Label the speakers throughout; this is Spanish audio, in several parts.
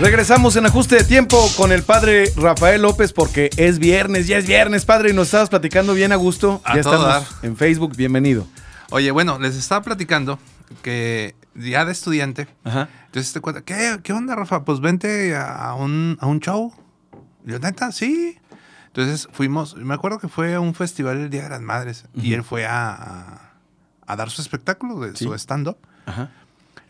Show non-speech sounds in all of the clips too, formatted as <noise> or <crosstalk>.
Speaker 1: Regresamos en ajuste de tiempo con el padre Rafael López porque es viernes, ya es viernes, padre, y nos estabas platicando bien a gusto.
Speaker 2: A
Speaker 1: ya
Speaker 2: todo dar.
Speaker 1: estamos en Facebook, bienvenido.
Speaker 2: Oye, bueno, les estaba platicando que ya de estudiante,
Speaker 1: Ajá.
Speaker 2: entonces te cuento, ¿qué, qué onda, Rafa? Pues vente a un, a un show. Y Yo, neta, sí. Entonces fuimos, me acuerdo que fue a un festival el Día de las Madres y él fue a, a- a dar su espectáculo, de
Speaker 1: Sí.
Speaker 2: su stand-up.
Speaker 1: Ajá.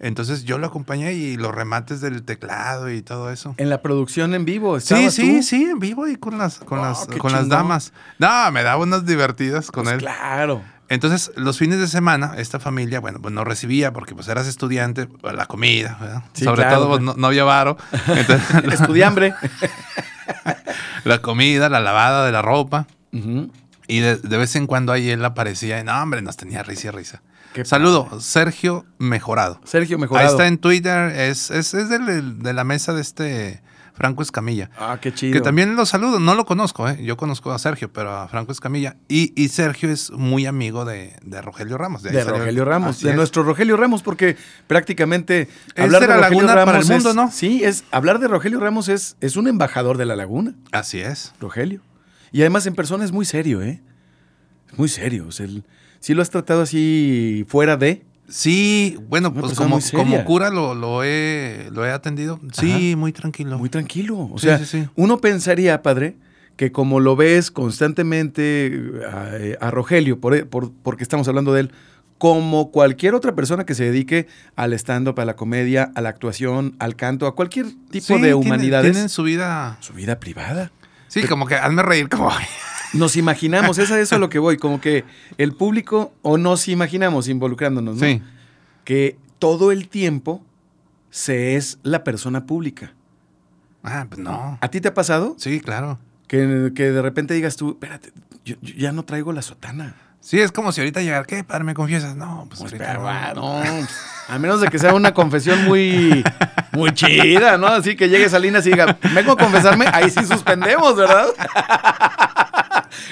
Speaker 2: Entonces yo lo acompañé y los remates del teclado y todo eso.
Speaker 1: En la producción en vivo,
Speaker 2: Sí,
Speaker 1: ¿estabas
Speaker 2: sí,
Speaker 1: tú?
Speaker 2: sí, en vivo y con las con
Speaker 1: Oh,
Speaker 2: las
Speaker 1: qué
Speaker 2: con las
Speaker 1: chingón.
Speaker 2: damas. No, me daba unas divertidas con
Speaker 1: Pues
Speaker 2: él.
Speaker 1: Claro.
Speaker 2: Entonces, los fines de semana, esta familia, bueno, pues no recibía porque pues eras estudiante, la comida, ¿verdad?
Speaker 1: Sí,
Speaker 2: sobre
Speaker 1: claro.
Speaker 2: todo pues, no, no había varo.
Speaker 1: <laughs>
Speaker 2: Entonces, la, <laughs>
Speaker 1: Estudiambre.
Speaker 2: la comida, la lavada de la ropa.
Speaker 1: Ujú.
Speaker 2: Y de, de vez en cuando ahí él aparecía y no, hombre, nos tenía risa y risa.
Speaker 1: Qué
Speaker 2: Saludo, Sergio Mejorado.
Speaker 1: Sergio Mejorado.
Speaker 2: Ahí está en Twitter, es, es, es del- del- de la mesa de este Franco Escamilla.
Speaker 1: Ah, qué chido.
Speaker 2: Que también lo saludo, no lo conozco, ¿eh? yo conozco a Sergio, pero a Franco Escamilla. Y, y Sergio es muy amigo de, de Rogelio Ramos. ahí
Speaker 1: De
Speaker 2: salió el-
Speaker 1: Rogelio Ramos,
Speaker 2: Así
Speaker 1: de
Speaker 2: es.
Speaker 1: nuestro Rogelio Ramos, porque prácticamente
Speaker 2: Es de la laguna para el mundo,
Speaker 1: es-
Speaker 2: ¿no?
Speaker 1: Sí, es hablar de Rogelio Ramos es, es un embajador de la laguna,
Speaker 2: Así es.
Speaker 1: Rogelio. Y además en persona es muy serio, ¿eh? Es muy serio. O sea, él- sí lo has tratado así fuera de.
Speaker 2: Sí, bueno,
Speaker 1: Una
Speaker 2: pues
Speaker 1: persona
Speaker 2: como,
Speaker 1: muy seria.
Speaker 2: como cura lo, lo, he, lo he atendido. Sí, muy tranquilo.
Speaker 1: Muy tranquilo. O
Speaker 2: Sí,
Speaker 1: sea,
Speaker 2: sí, sí.
Speaker 1: uno pensaría, padre, que como lo ves constantemente a, eh, a Rogelio, por, por- porque estamos hablando de él, como cualquier otra persona que se dedique al stand-up, a la comedia, a la actuación, al canto, a cualquier tipo
Speaker 2: Sí,
Speaker 1: de
Speaker 2: tiene-
Speaker 1: humanidades.
Speaker 2: Tienen su vida.
Speaker 1: su vida privada.
Speaker 2: Sí, como que hazme reír como. <laughs>
Speaker 1: Nos imaginamos, es a eso a lo que voy, como que el público, o nos imaginamos involucrándonos, ¿no?
Speaker 2: Sí.
Speaker 1: Que todo el tiempo se es la persona pública.
Speaker 2: Ah, pues no.
Speaker 1: ¿A ti te ha pasado?
Speaker 2: Sí, claro.
Speaker 1: Que, que de repente digas tú, espérate, yo, yo ya no traigo la sotana.
Speaker 2: Sí, es como si ahorita llegar, ¿qué? Padre, ¿me confiesas? No, pues
Speaker 1: Pues,
Speaker 2: ahorita
Speaker 1: pero,
Speaker 2: no.
Speaker 1: ah, no, a menos de que sea una confesión muy, muy chida, ¿no? Así que llegue Salinas y diga, vengo a confesarme, ahí sí suspendemos, ¿verdad?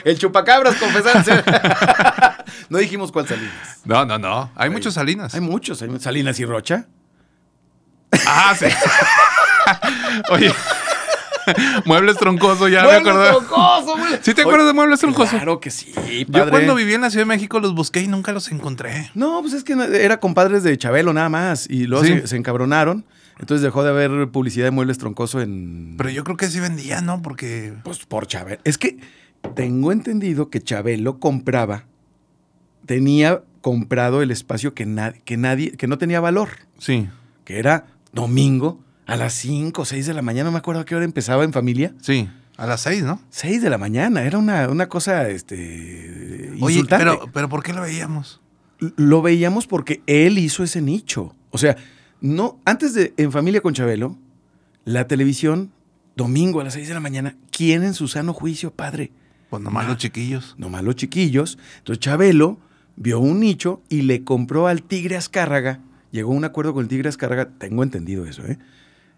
Speaker 1: El chupacabras confesarse. No dijimos cuál Salinas.
Speaker 2: No, no, no. Hay muchos salinas.
Speaker 1: Hay muchos, hay Salinas y Rocha.
Speaker 2: Ah, <laughs> sí. Oye. Muebles troncoso, ya me acordé.
Speaker 1: Troncoso, güey.
Speaker 2: ¿Sí te
Speaker 1: Oye,
Speaker 2: acuerdas de Muebles Troncoso?
Speaker 1: Claro que sí,
Speaker 2: Yo
Speaker 1: padre.
Speaker 2: cuando viví en la Ciudad de México los busqué y nunca los encontré.
Speaker 1: No, pues es que era compadres de Chabelo nada más. Y luego
Speaker 2: Sí.
Speaker 1: se, se encabronaron. Entonces dejó de haber publicidad de muebles troncoso en.
Speaker 2: Pero yo creo que sí vendía, ¿no? Porque.
Speaker 1: Pues por Chabelo. Es que tengo entendido que Chabelo compraba. Tenía comprado el espacio que, na- que nadie. que no tenía valor.
Speaker 2: Sí.
Speaker 1: Que era domingo a las 5 o 6 de la mañana. No me acuerdo a qué hora empezaba en familia.
Speaker 2: Sí. A las seis, ¿no?
Speaker 1: 6 de la mañana. Era una, una cosa este,
Speaker 2: Oye,
Speaker 1: insultante.
Speaker 2: pero, pero ¿por qué lo veíamos?
Speaker 1: lo veíamos porque él hizo ese nicho. O sea, no, antes de En Familia con Chabelo, la televisión, domingo a las 6 de la mañana, ¿quién en su sano juicio, padre?
Speaker 2: Pues nomás los chiquillos.
Speaker 1: Nomás los chiquillos. Entonces Chabelo vio un nicho y le compró al Tigre Azcárraga. Llegó a un acuerdo con el Tigre Azcárraga, tengo entendido eso, ¿eh?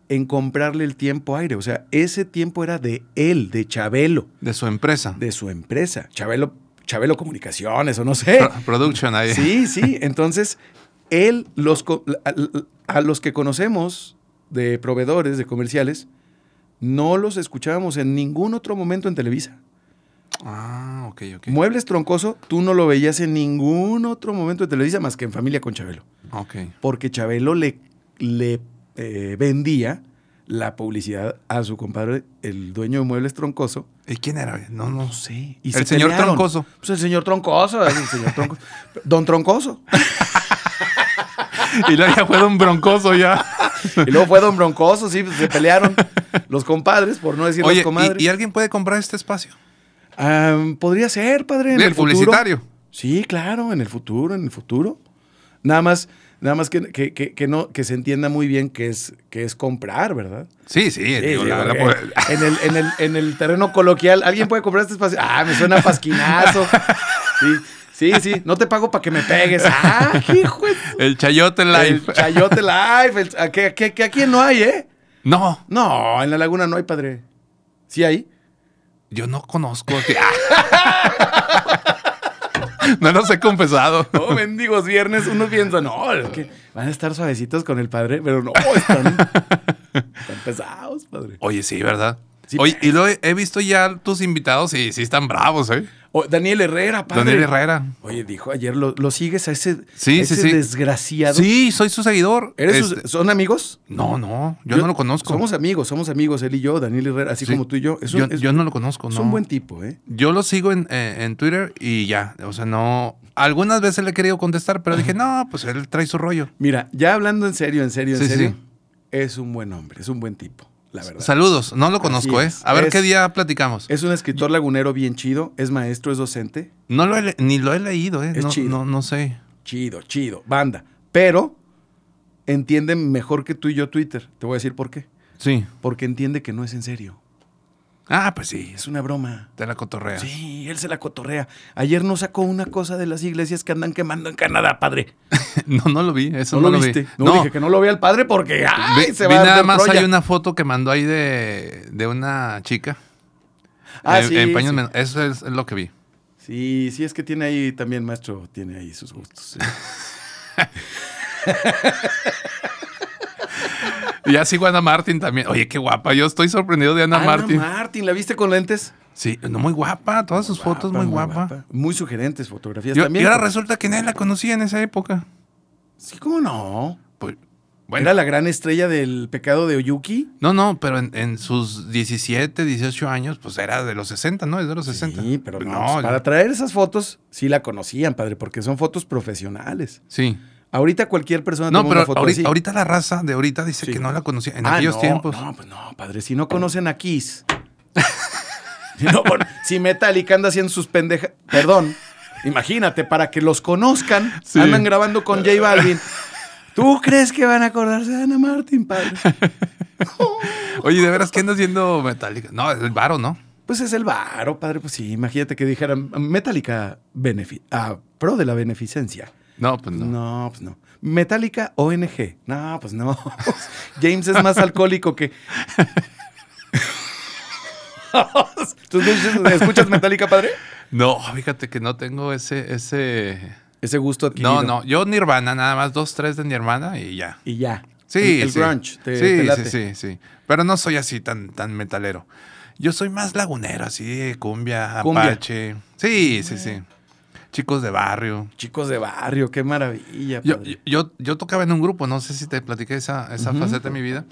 Speaker 1: En comprarle el tiempo aire. O sea, ese tiempo era de él, de Chabelo,
Speaker 2: De su empresa.
Speaker 1: de su empresa. Chabelo, Chabelo Comunicaciones o no sé.
Speaker 2: <laughs> Pro- production ahí.
Speaker 1: Sí, sí. Entonces, él, los, co- a, a los que conocemos de proveedores, de comerciales, no los escuchábamos en ningún otro momento en Televisa.
Speaker 2: Ah, ok, ok.
Speaker 1: Muebles Troncoso, tú no lo veías en ningún otro momento de Televisa más que en Familia con Chabelo.
Speaker 2: Ok.
Speaker 1: Porque Chabelo le, le eh, vendía la publicidad a su compadre, el dueño de Muebles Troncoso,
Speaker 2: ¿Y quién era? No, no.
Speaker 1: no sé. Y
Speaker 2: El señor
Speaker 1: pelearon.
Speaker 2: Troncoso.
Speaker 1: Pues el señor Troncoso, el señor Troncoso. Don Troncoso.
Speaker 2: <laughs> Y luego ya fue don broncoso ya.
Speaker 1: <laughs> Y luego fue Don Broncoso, sí, pues, se pelearon los compadres, por no decir
Speaker 2: Oye,
Speaker 1: los comadres.
Speaker 2: ¿y, y alguien puede comprar este espacio?
Speaker 1: Ah, Podría ser, padre, en
Speaker 2: Bien,
Speaker 1: el futuro.
Speaker 2: publicitario.
Speaker 1: Sí, claro, en el futuro, en el futuro. Nada más, Nada más que, que, que- que no, que se entienda muy bien que es, que es comprar, ¿verdad?
Speaker 2: Sí, sí, digo,
Speaker 1: Sí,
Speaker 2: la
Speaker 1: sí,
Speaker 2: verdad,
Speaker 1: porque
Speaker 2: pues,
Speaker 1: en, el, en, el, en el terreno coloquial, ¿alguien puede comprar este espacio? Ah, me suena a
Speaker 2: <laughs>
Speaker 1: pasquinazo. Sí, sí, sí, no te pago para que me pegues. Ah, hijo de-
Speaker 2: pues, <laughs> el chayote live.
Speaker 1: El chayote life. el- a que- que- que aquí no hay, ¿eh?
Speaker 2: No,
Speaker 1: No, en la laguna no hay, padre. ¿Sí hay?
Speaker 2: yo no conozco. a que- ah. <laughs> no los he
Speaker 1: <laughs>
Speaker 2: confesado.
Speaker 1: No, mendigos viernes, uno piensa, no, es que van a estar suavecitos con el padre, pero no, están, están pesados, padre.
Speaker 2: Oye, sí, ¿verdad?
Speaker 1: Sí. eh.
Speaker 2: Oye, y lo he, he visto ya tus invitados y sí están bravos, ¿eh?
Speaker 1: O Daniel Herrera, padre.
Speaker 2: Daniel Herrera.
Speaker 1: Oye, dijo ayer, ¿lo, lo sigues a ese,
Speaker 2: Sí,
Speaker 1: a ese
Speaker 2: sí, sí.
Speaker 1: desgraciado?
Speaker 2: Sí, soy su seguidor.
Speaker 1: ¿Eres sus-
Speaker 2: Este,
Speaker 1: ¿Son amigos?
Speaker 2: No, no, yo, no lo conozco.
Speaker 1: Somos amigos, somos amigos, él y yo, Daniel Herrera, así
Speaker 2: Sí.
Speaker 1: como tú y yo. Es un,
Speaker 2: yo,
Speaker 1: es-
Speaker 2: yo no lo conozco,
Speaker 1: es
Speaker 2: no.
Speaker 1: un buen tipo, ¿eh?
Speaker 2: Yo lo sigo en, eh, en Twitter y ya. O sea, no. Algunas veces le he querido contestar, pero dije, no, pues él trae su rollo.
Speaker 1: Mira, ya hablando en serio, en serio, en
Speaker 2: Sí,
Speaker 1: serio,
Speaker 2: sí.
Speaker 1: es un buen hombre, es un buen tipo, la verdad.
Speaker 2: Saludos, no lo conozco, ¿eh?
Speaker 1: es,
Speaker 2: A ver
Speaker 1: es-
Speaker 2: qué día platicamos.
Speaker 1: es un escritor lagunero bien chido, es maestro, es docente,
Speaker 2: No lo he le- ni lo he leído, ¿eh?
Speaker 1: Es
Speaker 2: No,
Speaker 1: chido.
Speaker 2: no, no sé.
Speaker 1: chido, chido, banda. Pero entiende mejor que tú y yo Twitter. Te voy a decir por qué.
Speaker 2: Sí.
Speaker 1: Porque entiende que no es en serio.
Speaker 2: Ah, pues sí,
Speaker 1: Es una broma.
Speaker 2: te la cotorrea.
Speaker 1: Sí, él se la cotorrea. Ayer nos sacó una cosa de las iglesias que andan quemando en Canadá, padre.
Speaker 2: <laughs> No, no lo vi, eso
Speaker 1: ¿No,
Speaker 2: no,
Speaker 1: lo
Speaker 2: vi.
Speaker 1: viste? No, dije que no lo vea el padre porque ¡ay!
Speaker 2: vi,
Speaker 1: se
Speaker 2: vi
Speaker 1: va a
Speaker 2: nada
Speaker 1: dar
Speaker 2: más
Speaker 1: Troya.
Speaker 2: hay una foto que mandó ahí de, de una chica.
Speaker 1: Ah,
Speaker 2: en,
Speaker 1: sí,
Speaker 2: en paños
Speaker 1: sí.
Speaker 2: men- Eso es lo que vi.
Speaker 1: Sí, sí, es que tiene ahí también, maestro, tiene ahí sus gustos. sí.
Speaker 2: Y ya sigo a Ana Martín también. Oye, qué guapa. Yo estoy sorprendido de Ana,
Speaker 1: Ana
Speaker 2: Martín.
Speaker 1: Martín, ¿la viste con lentes?
Speaker 2: Sí, no, muy guapa. Todas sus fotos muy guapa.
Speaker 1: Muy sugerentes fotografías
Speaker 2: Yo-
Speaker 1: también.
Speaker 2: y ahora resulta que nadie la conocía en esa época.
Speaker 1: Sí, ¿cómo no?
Speaker 2: Pues,
Speaker 1: Era
Speaker 2: bueno,
Speaker 1: la gran estrella del pecado de Oyuki.
Speaker 2: no, no, pero en, en sus 17, 18 años, pues era de los 60, ¿no? Es de los 60.
Speaker 1: Sí, pero no.
Speaker 2: No,
Speaker 1: pues, para traer esas fotos, sí la conocían, padre, porque son fotos profesionales.
Speaker 2: sí.
Speaker 1: Ahorita cualquier persona
Speaker 2: No,
Speaker 1: toma
Speaker 2: pero
Speaker 1: una foto
Speaker 2: ahorita,
Speaker 1: así.
Speaker 2: ahorita la raza de ahorita dice
Speaker 1: Sí.
Speaker 2: que no la conocía en
Speaker 1: Ah,
Speaker 2: aquellos
Speaker 1: no,
Speaker 2: tiempos.
Speaker 1: No, pues no, padre, si no conocen a Kiss. <laughs> si, no con- si Metallica anda haciendo sus pendejas. Perdón, imagínate, para que los conozcan,
Speaker 2: Sí.
Speaker 1: andan grabando con J Balvin. ¿Tú crees que van a acordarse de Ana Martín, padre?
Speaker 2: Oye, de veras, ¿qué andas viendo Metallica? No, el varo, ¿no?
Speaker 1: Pues es el varo, padre. Pues sí, imagínate que dijeran Metallica benefi- ah, pro de la beneficencia.
Speaker 2: No, pues no.
Speaker 1: No, pues no. Metallica ONG. No, pues no. <laughs> James es más alcohólico que. <laughs> ¿Tú escuchas, escuchas Metallica, padre?
Speaker 2: No, fíjate que no tengo ese, ese.
Speaker 1: Ese gusto adquirido.
Speaker 2: No, no. Yo Nirvana, nada más dos, tres de mi hermana y ya.
Speaker 1: Y ya.
Speaker 2: Sí,
Speaker 1: El, el
Speaker 2: sí.
Speaker 1: grunge. Te,
Speaker 2: sí,
Speaker 1: te late.
Speaker 2: sí, sí, sí. Pero no soy así tan, tan metalero. Yo soy más lagunero, así de cumbia,
Speaker 1: Cumbia.
Speaker 2: apache. Sí, sí, sí. Chicos de barrio.
Speaker 1: Chicos de barrio, qué maravilla.
Speaker 2: Yo,
Speaker 1: padre.
Speaker 2: yo, yo tocaba en un grupo, no sé si te platiqué esa, esa faceta de mi vida.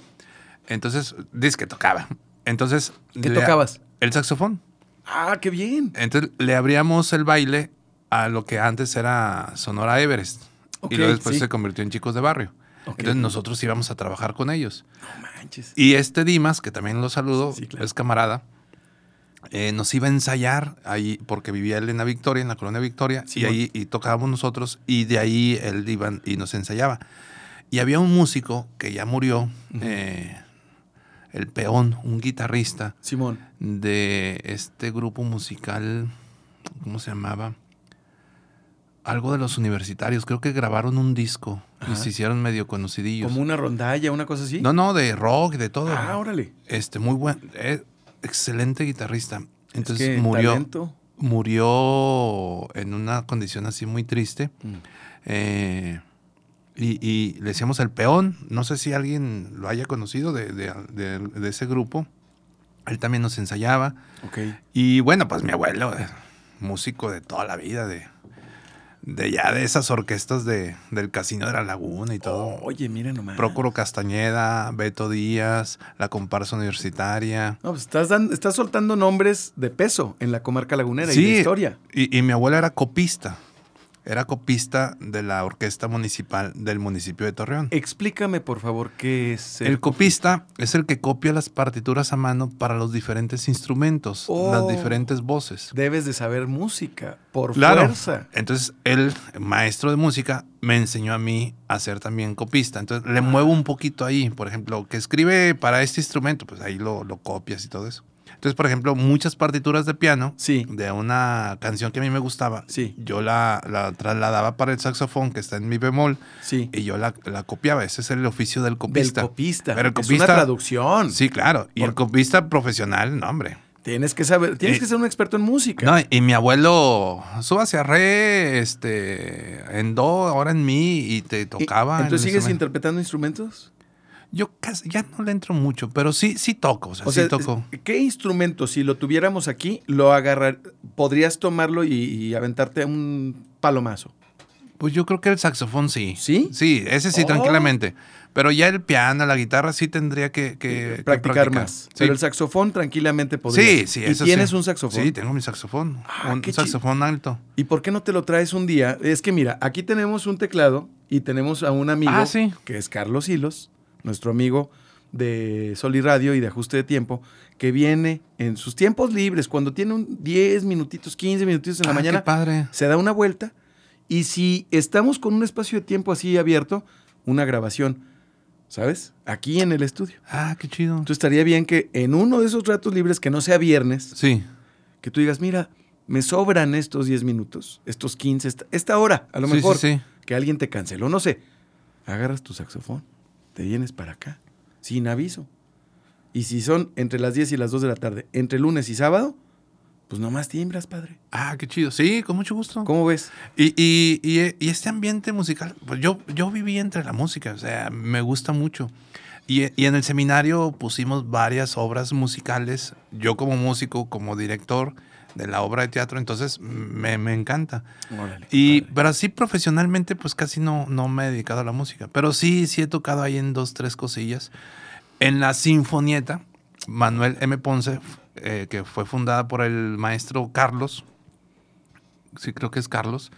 Speaker 2: Entonces, dices que tocaba. Entonces.
Speaker 1: ¿Qué
Speaker 2: le-
Speaker 1: tocabas?
Speaker 2: El saxofón.
Speaker 1: Ah, qué bien.
Speaker 2: Entonces le abríamos el baile a lo que antes era Sonora Everest.
Speaker 1: Ok,
Speaker 2: y luego después
Speaker 1: sí.
Speaker 2: se convirtió en Chicos de Barrio.
Speaker 1: Ok.
Speaker 2: Entonces nosotros íbamos a trabajar con ellos.
Speaker 1: No manches.
Speaker 2: Y este Dimas, que también lo saludo,
Speaker 1: Sí, claro.
Speaker 2: es camarada, eh, nos iba a ensayar ahí, porque vivía él en la Victoria, en la colonia Victoria, y
Speaker 1: Simón.
Speaker 2: ahí y tocábamos nosotros, y de ahí él iba y nos ensayaba. Y había un músico que ya murió, eh, el peón, un guitarrista
Speaker 1: Simón.
Speaker 2: de este grupo musical, ¿cómo se llamaba? Algo de los universitarios, creo que grabaron un disco
Speaker 1: Ajá.
Speaker 2: y se hicieron medio conocidillos.
Speaker 1: Como una rondalla, una cosa así.
Speaker 2: No, no, de rock, de todo.
Speaker 1: Ah, órale.
Speaker 2: Este, muy buen, eh, excelente guitarrista.
Speaker 1: Es
Speaker 2: Entonces
Speaker 1: que
Speaker 2: murió,
Speaker 1: talento.
Speaker 2: murió en una condición así muy triste.
Speaker 1: Mm.
Speaker 2: Eh, y, y le decíamos el peón, no sé si alguien lo haya conocido de, de- de- de ese grupo. Él también nos ensayaba.
Speaker 1: Ok.
Speaker 2: Y bueno, pues mi abuelo, eh, músico de toda la vida, de, de ya de esas orquestas de, del Casino de la Laguna y todo.
Speaker 1: Oye, mira nomás.
Speaker 2: Prócoro Castañeda, Beto Díaz, la comparsa universitaria.
Speaker 1: No, pues estás, dan- estás soltando nombres de peso en la comarca lagunera y de historia.
Speaker 2: Y, y mi abuela era copista. Era copista de la orquesta municipal del municipio de Torreón.
Speaker 1: Explícame, por favor, qué es
Speaker 2: El copista es el que copia las partituras a mano para los diferentes instrumentos,
Speaker 1: Oh.
Speaker 2: las diferentes voces.
Speaker 1: Debes de saber música, por fuerza.
Speaker 2: Entonces, él, maestro de música, me enseñó a mí a ser también copista. Entonces,
Speaker 1: Ah.
Speaker 2: le muevo un poquito ahí. Por ejemplo, que escribe para este instrumento, pues ahí lo, lo copias y todo eso. Entonces, por ejemplo, muchas partituras de piano
Speaker 1: Sí.
Speaker 2: de una canción que a mí me gustaba,
Speaker 1: Sí.
Speaker 2: yo la, la trasladaba para el saxofón que está en mi bemol
Speaker 1: Sí.
Speaker 2: y yo la, la copiaba. Ese es el oficio del copista.
Speaker 1: Del copista.
Speaker 2: Pero el
Speaker 1: Es
Speaker 2: copista,
Speaker 1: una traducción.
Speaker 2: Sí, claro. Y el
Speaker 1: Por-
Speaker 2: copista profesional, no, hombre.
Speaker 1: Tienes que saber, tienes
Speaker 2: Eh,
Speaker 1: que ser un experto en música.
Speaker 2: No, y mi abuelo, suba hacia re, este, en do, ahora en mi, y te
Speaker 1: Y-
Speaker 2: tocaba. el
Speaker 1: Entonces sigues
Speaker 2: instrumento.
Speaker 1: interpretando instrumentos.
Speaker 2: Yo casi, ya no le entro mucho, pero sí, sí toco, o sea,
Speaker 1: O sea,
Speaker 2: sí Pues toco.
Speaker 1: ¿qué instrumento, si lo tuviéramos aquí, lo agarrar, podrías tomarlo y, y aventarte un palomazo?
Speaker 2: Pues yo creo que el saxofón sí.
Speaker 1: ¿Sí?
Speaker 2: Sí, ese sí,
Speaker 1: Oh.
Speaker 2: tranquilamente. Pero ya el piano, la guitarra sí tendría que, que- que
Speaker 1: practicar, más.
Speaker 2: Sí.
Speaker 1: Pero el saxofón tranquilamente podrías.
Speaker 2: Sí, sí,
Speaker 1: ¿Y
Speaker 2: eso
Speaker 1: tienes
Speaker 2: sí.
Speaker 1: un saxofón?
Speaker 2: Sí, tengo mi saxofón.
Speaker 1: Ah,
Speaker 2: un
Speaker 1: qué chi-
Speaker 2: saxofón alto.
Speaker 1: ¿Y por qué no te lo traes un día? Es que mira, aquí tenemos un teclado y tenemos a un amigo
Speaker 2: Ah, sí.
Speaker 1: que es Carlos Hilos, nuestro amigo de Sol y Radio y de Ajuste de Tiempo, que viene en sus tiempos libres, cuando tiene un 10 minutitos, 15 minutitos en la
Speaker 2: Ah,
Speaker 1: mañana,
Speaker 2: Qué padre.
Speaker 1: se da una vuelta y si estamos con un espacio de tiempo así abierto, una grabación, ¿sabes? Aquí en el estudio.
Speaker 2: Ah, qué chido.
Speaker 1: Entonces estaría bien que en uno de esos ratos libres, que no sea viernes,
Speaker 2: sí.
Speaker 1: que tú digas, mira, me sobran estos 10 minutos, estos 15, esta, esta hora, a lo
Speaker 2: Sí, sí,
Speaker 1: mejor,
Speaker 2: sí.
Speaker 1: que alguien te canceló, no sé. Agarras tu saxofón, te vienes para acá, sin aviso. Y si son entre las 10 y las 2 de la tarde, entre lunes y sábado, pues nomás timbras, padre.
Speaker 2: Ah, qué chido. Sí, con mucho gusto.
Speaker 1: ¿Cómo ves?
Speaker 2: Y, y- y- y este ambiente musical, pues yo, yo viví entre la música, o sea, me gusta mucho. Y, y en el seminario pusimos varias obras musicales, yo como músico, como director de la obra de teatro, entonces me, me encanta.
Speaker 1: Órale.
Speaker 2: Y, pero así profesionalmente, pues casi no, no me he dedicado a la música, pero sí, sí he tocado ahí en dos, tres cosillas. En la Sinfonieta, Manuel M. Ponce, eh, que fue fundada por el maestro Carlos, sí creo que es Carlos,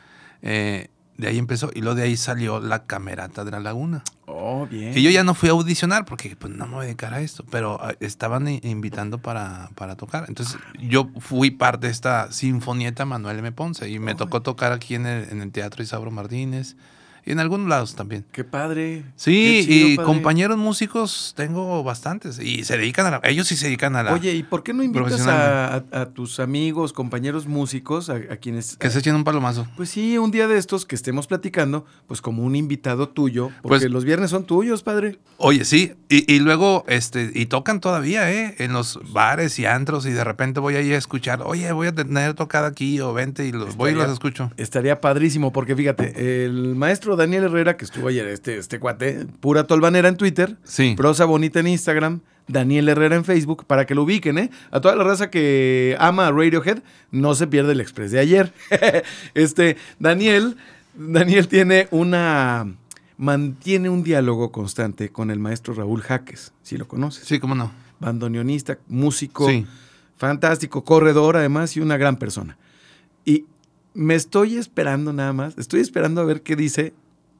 Speaker 2: eh, de ahí empezó y luego de ahí salió la Camerata de la Laguna.
Speaker 1: Oh, bien.
Speaker 2: Y yo ya no fui a audicionar porque pues no me voy a dedicar a esto, pero ah, estaban i- invitando para, para tocar. Entonces yo fui parte de esta sinfonieta Manuel M. Ponce y me tocó tocar aquí en el, en el Teatro Isauro Martínez y en algunos lados también.
Speaker 1: Qué padre.
Speaker 2: Sí,
Speaker 1: Qué chido,
Speaker 2: y
Speaker 1: padre.
Speaker 2: compañeros músicos tengo bastantes y se dedican a la, ellos sí se dedican a la...
Speaker 1: Oye, ¿y por qué no invitas a,
Speaker 2: Profesionalmente.
Speaker 1: a- a tus amigos, compañeros músicos, a, a quienes...
Speaker 2: que se echen un palomazo.
Speaker 1: Pues sí, un día de estos que estemos platicando, pues como un invitado tuyo, porque
Speaker 2: Pues-
Speaker 1: los viernes son tuyos, padre.
Speaker 2: Oye, sí, y, y luego, este, y tocan todavía, ¿eh? En los
Speaker 1: Pues
Speaker 2: bares y antros, y de repente voy ahí a escuchar, oye, voy a tener tocada aquí, o vente, y los voy y los
Speaker 1: Estaría-
Speaker 2: escucho.
Speaker 1: Estaría padrísimo, porque fíjate, el maestro Daniel Herrera, que estuvo ayer, este, este cuate, pura tolvanera en Twitter,
Speaker 2: Sí.
Speaker 1: prosa bonita en Instagram, Daniel Herrera en Facebook, para que lo ubiquen, ¿eh? A toda la raza que ama a Radiohead, no se pierde el express de ayer. <laughs> este, Daniel, Daniel tiene una. mantiene un diálogo constante con el maestro Raúl Jaques, si lo conoces.
Speaker 2: Sí, cómo no.
Speaker 1: Bandoneonista, músico
Speaker 2: Sí. <laughs>
Speaker 1: fantástico, corredor además y una gran persona. Y me estoy esperando nada más, estoy esperando a ver qué dice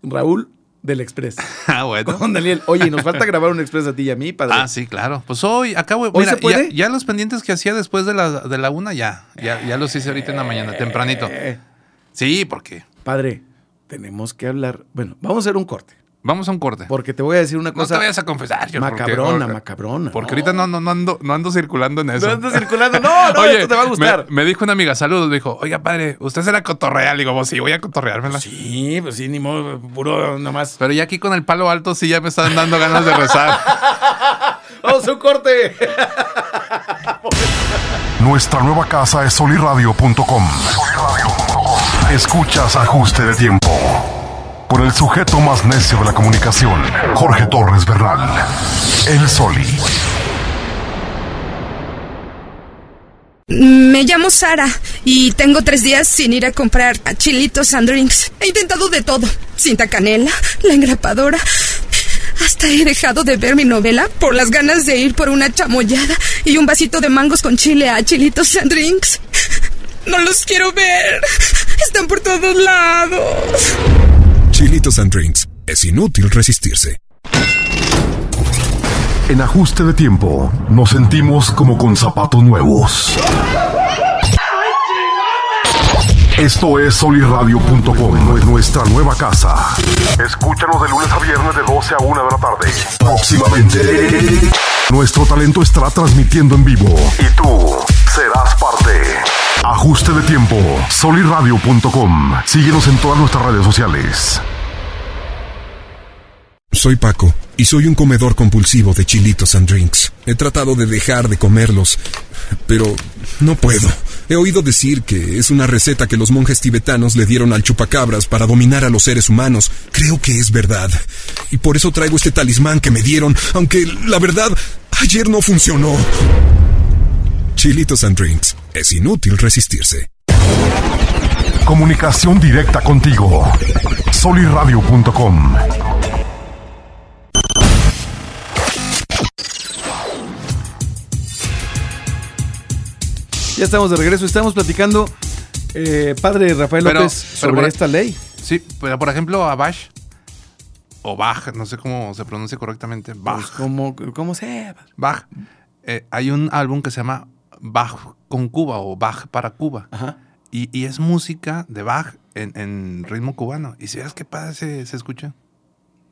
Speaker 1: Raúl del
Speaker 2: <laughs>
Speaker 1: Express.
Speaker 2: Ah, bueno.
Speaker 1: Con Daniel, oye, y nos
Speaker 2: <laughs>
Speaker 1: falta grabar un Express a ti y a mí, padre.
Speaker 2: Ah, sí, claro. Pues hoy, acabo.
Speaker 1: ¿Hoy se puede?
Speaker 2: Ya, ya los pendientes que hacía después de la, de la una, ya, ya. Ya los hice ahorita en la mañana, tempranito.
Speaker 1: Eh,
Speaker 2: Sí, porque.
Speaker 1: padre, tenemos que hablar. Bueno, vamos a hacer un corte,
Speaker 2: Vamos a un corte.
Speaker 1: porque te voy a decir una
Speaker 2: no te
Speaker 1: cosa
Speaker 2: vayas a confesar, yo, porque-
Speaker 1: macabrona,
Speaker 2: porque-
Speaker 1: macabrona.
Speaker 2: Porque ahorita no, no, no ando, no ando circulando en eso.
Speaker 1: No ando circulando.
Speaker 2: <laughs>
Speaker 1: No, no, esto te va a
Speaker 2: me-
Speaker 1: gustar.
Speaker 2: Me, dijo una amiga, saludos, me dijo, oiga, padre, usted será cotorreal. Digo, pues sí, voy a cotorreármela.
Speaker 1: Sí, pues sí, ni modo, puro nomás.
Speaker 2: Pero ya aquí con el palo alto sí ya me están dando ganas de rezar.
Speaker 1: ¡Vamos a un corte!
Speaker 3: Nuestra nueva casa es soliradio.com.
Speaker 4: Escuchas ajuste de tiempo.
Speaker 3: Con el sujeto más necio de la comunicación, Jorge Torres Bernal. El Soli.
Speaker 5: Me llamo Sara y tengo tres días sin ir a comprar chilitos and drinks. He intentado de todo. Cinta canela, la engrapadora. Hasta he dejado de ver mi novela por las ganas de ir por una chamoyada y un vasito de mangos con chile a chilitos and drinks. No los quiero ver. Están por todos lados.
Speaker 6: Chilitos and Drinks. Es inútil resistirse.
Speaker 3: En ajuste de tiempo, nos sentimos como con zapatos nuevos. Esto es soliradio.com, nuestra nueva casa.
Speaker 4: Escúchanos de lunes a viernes de 12 a 1 de la tarde.
Speaker 3: Próximamente. Nuestro talento estará transmitiendo en vivo.
Speaker 4: Y tú serás parte.
Speaker 3: Ajuste de tiempo, soliradio.com. Síguenos en todas nuestras redes sociales.
Speaker 6: Soy Paco y soy un comedor compulsivo de chilitos and drinks. He tratado de dejar de comerlos, pero no puedo. He oído decir que es una receta que los monjes tibetanos le dieron al chupacabras para dominar a los seres humanos. Creo que es verdad. Y por eso traigo este talismán que me dieron, aunque la verdad, ayer no funcionó. Chilitos and drinks. Es inútil resistirse.
Speaker 3: Comunicación directa contigo. Soliradio.com.
Speaker 1: Ya estamos de regreso. Estamos platicando, eh, padre Rafael
Speaker 2: Pero-
Speaker 1: López,
Speaker 2: pero
Speaker 1: sobre
Speaker 2: por-
Speaker 1: esta ley.
Speaker 2: Sí, pero por ejemplo, a Bash. O Bach, no sé cómo se pronuncia correctamente.
Speaker 1: Pues,
Speaker 2: Bach.
Speaker 1: ¿cómo, ¿Cómo se?
Speaker 2: Bach. Eh, hay un álbum que se llama Bach con Cuba o Bach para Cuba.
Speaker 1: Ajá.
Speaker 2: Y, y es música de Bach en, en ritmo cubano. Y si ves qué padre se, se escucha.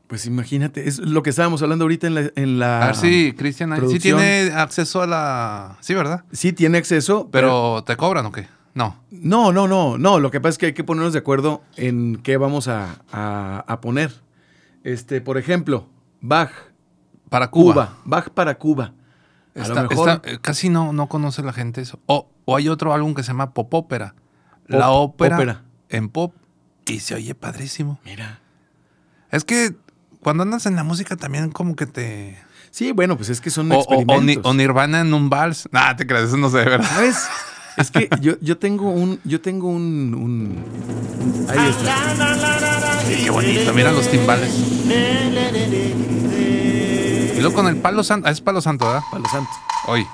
Speaker 1: Pues imagínate, es lo que estábamos hablando ahorita en la. En la
Speaker 2: a ver si Cristian ahí- sí
Speaker 1: Ah, producción.
Speaker 2: tiene acceso a la. Sí, ¿verdad?
Speaker 1: Sí tiene acceso, pero.
Speaker 2: Pero te cobran o qué? No.
Speaker 1: No, no, no, no. Lo que pasa es que hay que ponernos de acuerdo en qué vamos a, a- a poner. Este, por ejemplo, Bach,
Speaker 2: Para Cuba.
Speaker 1: Cuba, Bach para Cuba. A
Speaker 2: Está-
Speaker 1: lo mejor.
Speaker 2: está- eh, casi no, no conoce la gente eso. O, o hay otro álbum que se llama Pop Ópera. La
Speaker 1: Pop
Speaker 2: ópera,
Speaker 1: ópera.
Speaker 2: en pop. Y se oye padrísimo.
Speaker 1: Mira.
Speaker 2: Es que cuando andas en la música también como que te...
Speaker 1: Sí, bueno, pues es que son
Speaker 2: O, o- o Ni-
Speaker 1: experimentos.
Speaker 2: o Nirvana en un vals. Nah, te crees, eso no sé, ¿verdad?
Speaker 1: ¿Sabes? Es que yo, yo tengo un. Yo tengo un. un-
Speaker 2: Ah,
Speaker 1: Ahí está.
Speaker 2: Qué bonito, mira los timbales. Y luego con el palo santo. Ah, es palo santo, ¿verdad?
Speaker 1: Palo Santo.
Speaker 2: Hoy.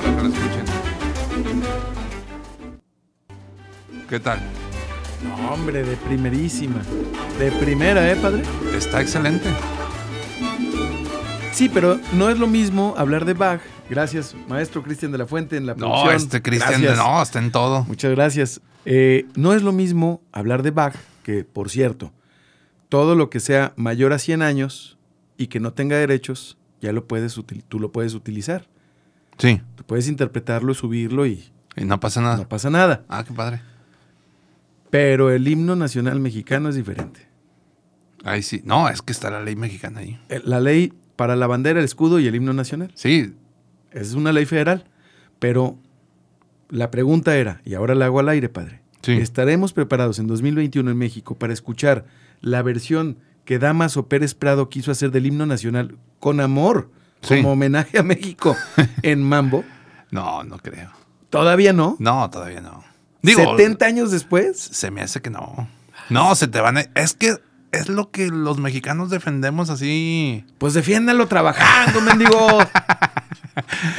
Speaker 2: Para que lo escuchen. ¿Qué tal?
Speaker 1: No, hombre, de primerísima. De primera, ¿eh, padre?
Speaker 2: Está excelente.
Speaker 1: Sí, pero no es lo mismo hablar de Bach. Gracias, maestro Cristian de la Fuente en la producción.
Speaker 2: No, este Cristian,
Speaker 1: Gracias.
Speaker 2: no, está en todo.
Speaker 1: Muchas gracias. Eh, no es lo mismo hablar de Bach, que por cierto, todo lo que sea mayor a 100 años y que no tenga derechos, ya lo puedes util- tú lo puedes utilizar.
Speaker 2: Sí.
Speaker 1: Tú puedes interpretarlo, subirlo y
Speaker 2: Y no pasa nada.
Speaker 1: no pasa nada.
Speaker 2: Ah, qué padre.
Speaker 1: Pero el himno nacional mexicano es diferente.
Speaker 2: Ahí sí. No, es que está la ley mexicana ahí.
Speaker 1: Eh, La ley para la bandera, el escudo y el himno nacional.
Speaker 2: Sí.
Speaker 1: Es una ley federal. Pero la pregunta era, y ahora la hago al aire, padre.
Speaker 2: Sí.
Speaker 1: ¿Estaremos preparados en 2021 en México para escuchar la versión que Damaso Pérez Prado quiso hacer del himno nacional con amor,
Speaker 2: Sí.
Speaker 1: como homenaje a México en Mambo?
Speaker 2: No, no creo.
Speaker 1: Todavía no.
Speaker 2: No, todavía no. Digo,
Speaker 1: 70 años después.
Speaker 2: se me hace que no. No, se te van a... Es que es lo que los mexicanos defendemos así.
Speaker 1: Pues defiéndalo trabajando, mendigo. <laughs>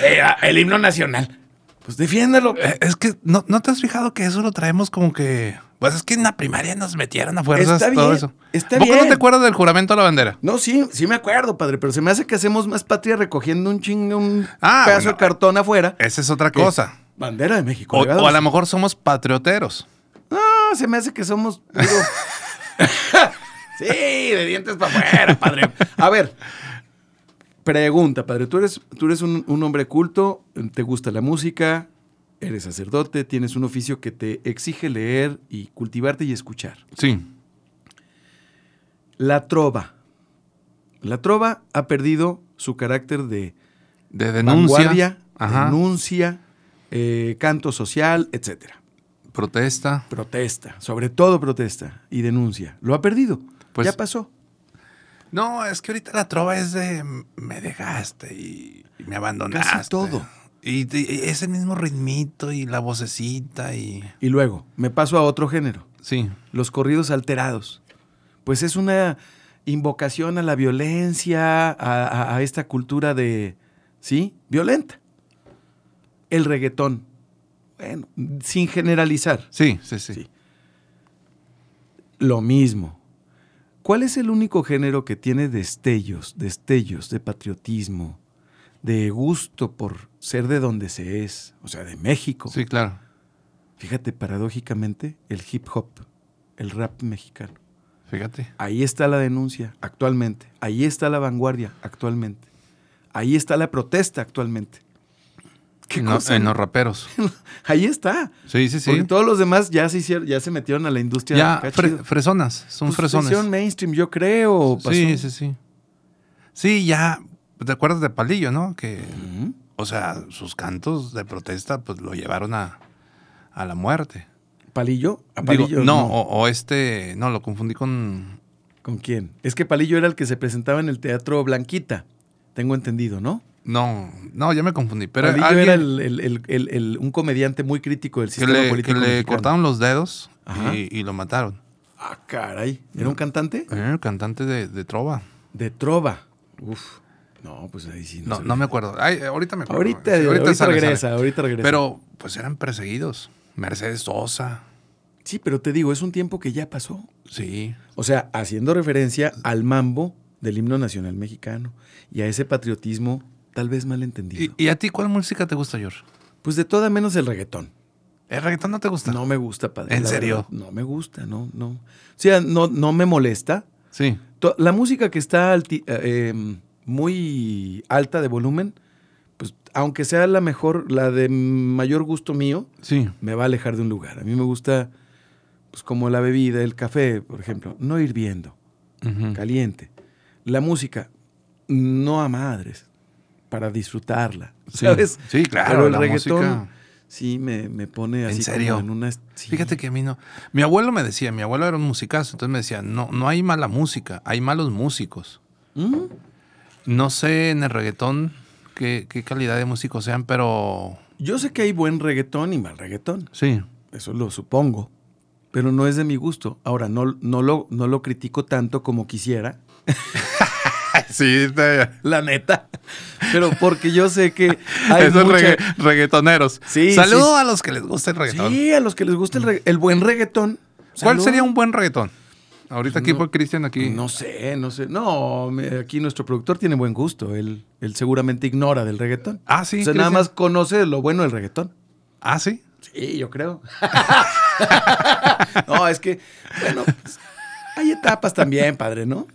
Speaker 1: Eh, el himno nacional. Pues defiéndalo.
Speaker 2: Eh, Es que no, no te has fijado que eso lo traemos como que... Pues es que en la primaria nos metieron a fuerzas
Speaker 1: Está
Speaker 2: todo
Speaker 1: bien,
Speaker 2: eso.
Speaker 1: está
Speaker 2: ¿A poco no
Speaker 1: bien.
Speaker 2: te acuerdas del juramento a la bandera?
Speaker 1: No, sí, sí me acuerdo, padre, pero se me hace que hacemos más patria recogiendo un chingo, un
Speaker 2: Ah,
Speaker 1: pedazo
Speaker 2: bueno.
Speaker 1: de cartón afuera.
Speaker 2: Esa es otra
Speaker 1: que
Speaker 2: cosa.
Speaker 1: Bandera de México.
Speaker 2: O,
Speaker 1: ¿verdad?
Speaker 2: o a lo mejor somos patrioteros.
Speaker 1: No, se me hace que <laughs> somos. digo- sí, de dientes para afuera, padre. A ver, pregunta, padre. Tú eres, tú eres un, un hombre culto, te gusta la música, eres sacerdote, tienes un oficio que te exige leer y cultivarte y escuchar.
Speaker 2: <laughs> Sí.
Speaker 1: La trova. La trova ha perdido su carácter de
Speaker 2: De denuncia.
Speaker 1: vanguardia,
Speaker 2: Ajá.
Speaker 1: denuncia, eh, canto social, etcétera.
Speaker 2: Protesta.
Speaker 1: Protesta, sobre todo protesta y denuncia. Lo ha perdido.
Speaker 2: Pues-
Speaker 1: ya pasó.
Speaker 2: No, es que ahorita la trova es de me dejaste y, y me abandonaste.
Speaker 1: Casi todo.
Speaker 2: Y, y ese mismo ritmito y la vocecita y...
Speaker 1: Y luego, me paso a otro género,
Speaker 2: Sí.
Speaker 1: los corridos alterados. Pues es una invocación a la violencia, a, a- a esta cultura de, ¿sí? Violenta. El reggaetón. Bueno, sin generalizar.
Speaker 2: Sí, sí, sí.
Speaker 1: Sí. Lo mismo. ¿Cuál es el único género que tiene destellos, destellos de patriotismo, de gusto por ser de donde se es, o sea, de México?
Speaker 2: Sí, claro.
Speaker 1: Fíjate, paradójicamente, el hip hop, el rap mexicano.
Speaker 2: Fíjate.
Speaker 1: Ahí está la denuncia actualmente, ahí está la vanguardia actualmente, ahí está la protesta actualmente. ¿Qué
Speaker 2: No,
Speaker 1: cosa?
Speaker 2: en los <laughs> raperos.
Speaker 1: Ahí está.
Speaker 2: Sí, sí,
Speaker 1: Porque
Speaker 2: sí.
Speaker 1: todos los demás ya se hicieron, ya se metieron a la industria.
Speaker 2: Ya,
Speaker 1: acá
Speaker 2: fre-
Speaker 1: chido.
Speaker 2: fresonas. Son
Speaker 1: Pues,
Speaker 2: fresones.
Speaker 1: hicieron mainstream, yo creo. pasó.
Speaker 2: Sí, sí, sí. Sí, ya. ¿Te acuerdas de Palillo, no? Que,
Speaker 1: Ujú.
Speaker 2: o sea, sus cantos de protesta, pues lo llevaron a, a la muerte.
Speaker 1: ¿Palillo? ¿A
Speaker 2: Digo,
Speaker 1: Palillo
Speaker 2: no, O, o este, no, lo confundí con.
Speaker 1: ¿Con quién? Es que Palillo era el que se presentaba en el Teatro Blanquita. Tengo entendido, ¿no?
Speaker 2: No, no, ya me confundí. Pero
Speaker 1: Palillo
Speaker 2: alguien
Speaker 1: era el- el- el- el- el- un comediante muy crítico del
Speaker 2: que
Speaker 1: sistema
Speaker 2: le,
Speaker 1: político
Speaker 2: que le
Speaker 1: mexicano.
Speaker 2: cortaron los dedos
Speaker 1: Ajá.
Speaker 2: y, y lo mataron.
Speaker 1: Ah, caray. ¿Era un cantante?
Speaker 2: Era el cantante de, de Trova.
Speaker 1: De trova. Uf. No, pues ahí sí.
Speaker 2: No,
Speaker 1: se
Speaker 2: no
Speaker 1: ve.
Speaker 2: me acuerdo. Ay, eh, ahorita me acuerdo.
Speaker 1: Ahorita,
Speaker 2: Sí,
Speaker 1: ahorita,
Speaker 2: sale,
Speaker 1: regresa,
Speaker 2: sale.
Speaker 1: ahorita regresa.
Speaker 2: Pero, pues eran perseguidos. Mercedes Sosa.
Speaker 1: sí, pero te digo, es un tiempo que ya pasó.
Speaker 2: Sí.
Speaker 1: O sea, haciendo referencia al mambo del himno nacional mexicano y a ese patriotismo tal vez malentendido.
Speaker 2: ¿Y, y a ti cuál música te gusta, George?
Speaker 1: Pues de toda menos el reggaetón.
Speaker 2: ¿El reggaetón no te gusta?
Speaker 1: No me gusta, padre.
Speaker 2: ¿En
Speaker 1: la
Speaker 2: serio?
Speaker 1: verdad. no me gusta, no, no. O sea, no, no me molesta.
Speaker 2: Sí.
Speaker 1: To- La música que está alti- eh, em, muy alta de volumen, pues aunque sea la mejor, la de mayor gusto mío,
Speaker 2: Sí.
Speaker 1: me va a alejar de un lugar. A mí me gusta, pues como la bebida, el café, por ejemplo, no hirviendo,
Speaker 2: Ujú.
Speaker 1: caliente. La música, no a madres, para disfrutarla,
Speaker 2: Sí.
Speaker 1: ¿sabes?
Speaker 2: Sí, claro,
Speaker 1: Pero el
Speaker 2: la
Speaker 1: reggaetón
Speaker 2: música.
Speaker 1: sí me, me pone
Speaker 2: ¿En
Speaker 1: así como
Speaker 2: serio?
Speaker 1: en una... sí.
Speaker 2: Fíjate que a mí no. Mi abuelo me decía, mi abuelo era un musicazo, entonces me decía, no, no hay mala música, hay malos músicos.
Speaker 1: Mm,
Speaker 2: No sé en el reggaetón qué, qué calidad de músicos sean, pero
Speaker 1: Yo sé que hay buen reggaetón y mal reggaetón.
Speaker 2: sí.
Speaker 1: Eso lo supongo. Pero no es de mi gusto. Ahora, no, no, lo, no lo critico tanto como quisiera.
Speaker 2: <laughs>
Speaker 1: <laughs>
Speaker 2: sí, te-
Speaker 1: La neta. Pero porque yo sé
Speaker 2: <laughs>
Speaker 1: que hay
Speaker 2: esos
Speaker 1: mucha-
Speaker 2: regga- reggaetoneros.
Speaker 1: Sí,
Speaker 2: Saludo
Speaker 1: sí.
Speaker 2: a los que les gusta el reggaetón.
Speaker 1: Sí, a los que les gusta el, reg- el buen reggaetón.
Speaker 2: ¿Cuál
Speaker 1: Salud.
Speaker 2: sería un buen reggaetón? Ahorita aquí
Speaker 1: No.
Speaker 2: por Cristian aquí.
Speaker 1: No sé, no sé. No, me- aquí nuestro productor tiene buen gusto. Él, él seguramente ignora del reggaetón.
Speaker 2: Ah, sí,
Speaker 1: O sea, nada
Speaker 2: Cristian.
Speaker 1: más conoce lo bueno del reggaetón.
Speaker 2: Ah, sí.
Speaker 1: Sí, yo creo. <laughs> no, es que, bueno, pues, hay etapas también, padre, ¿no?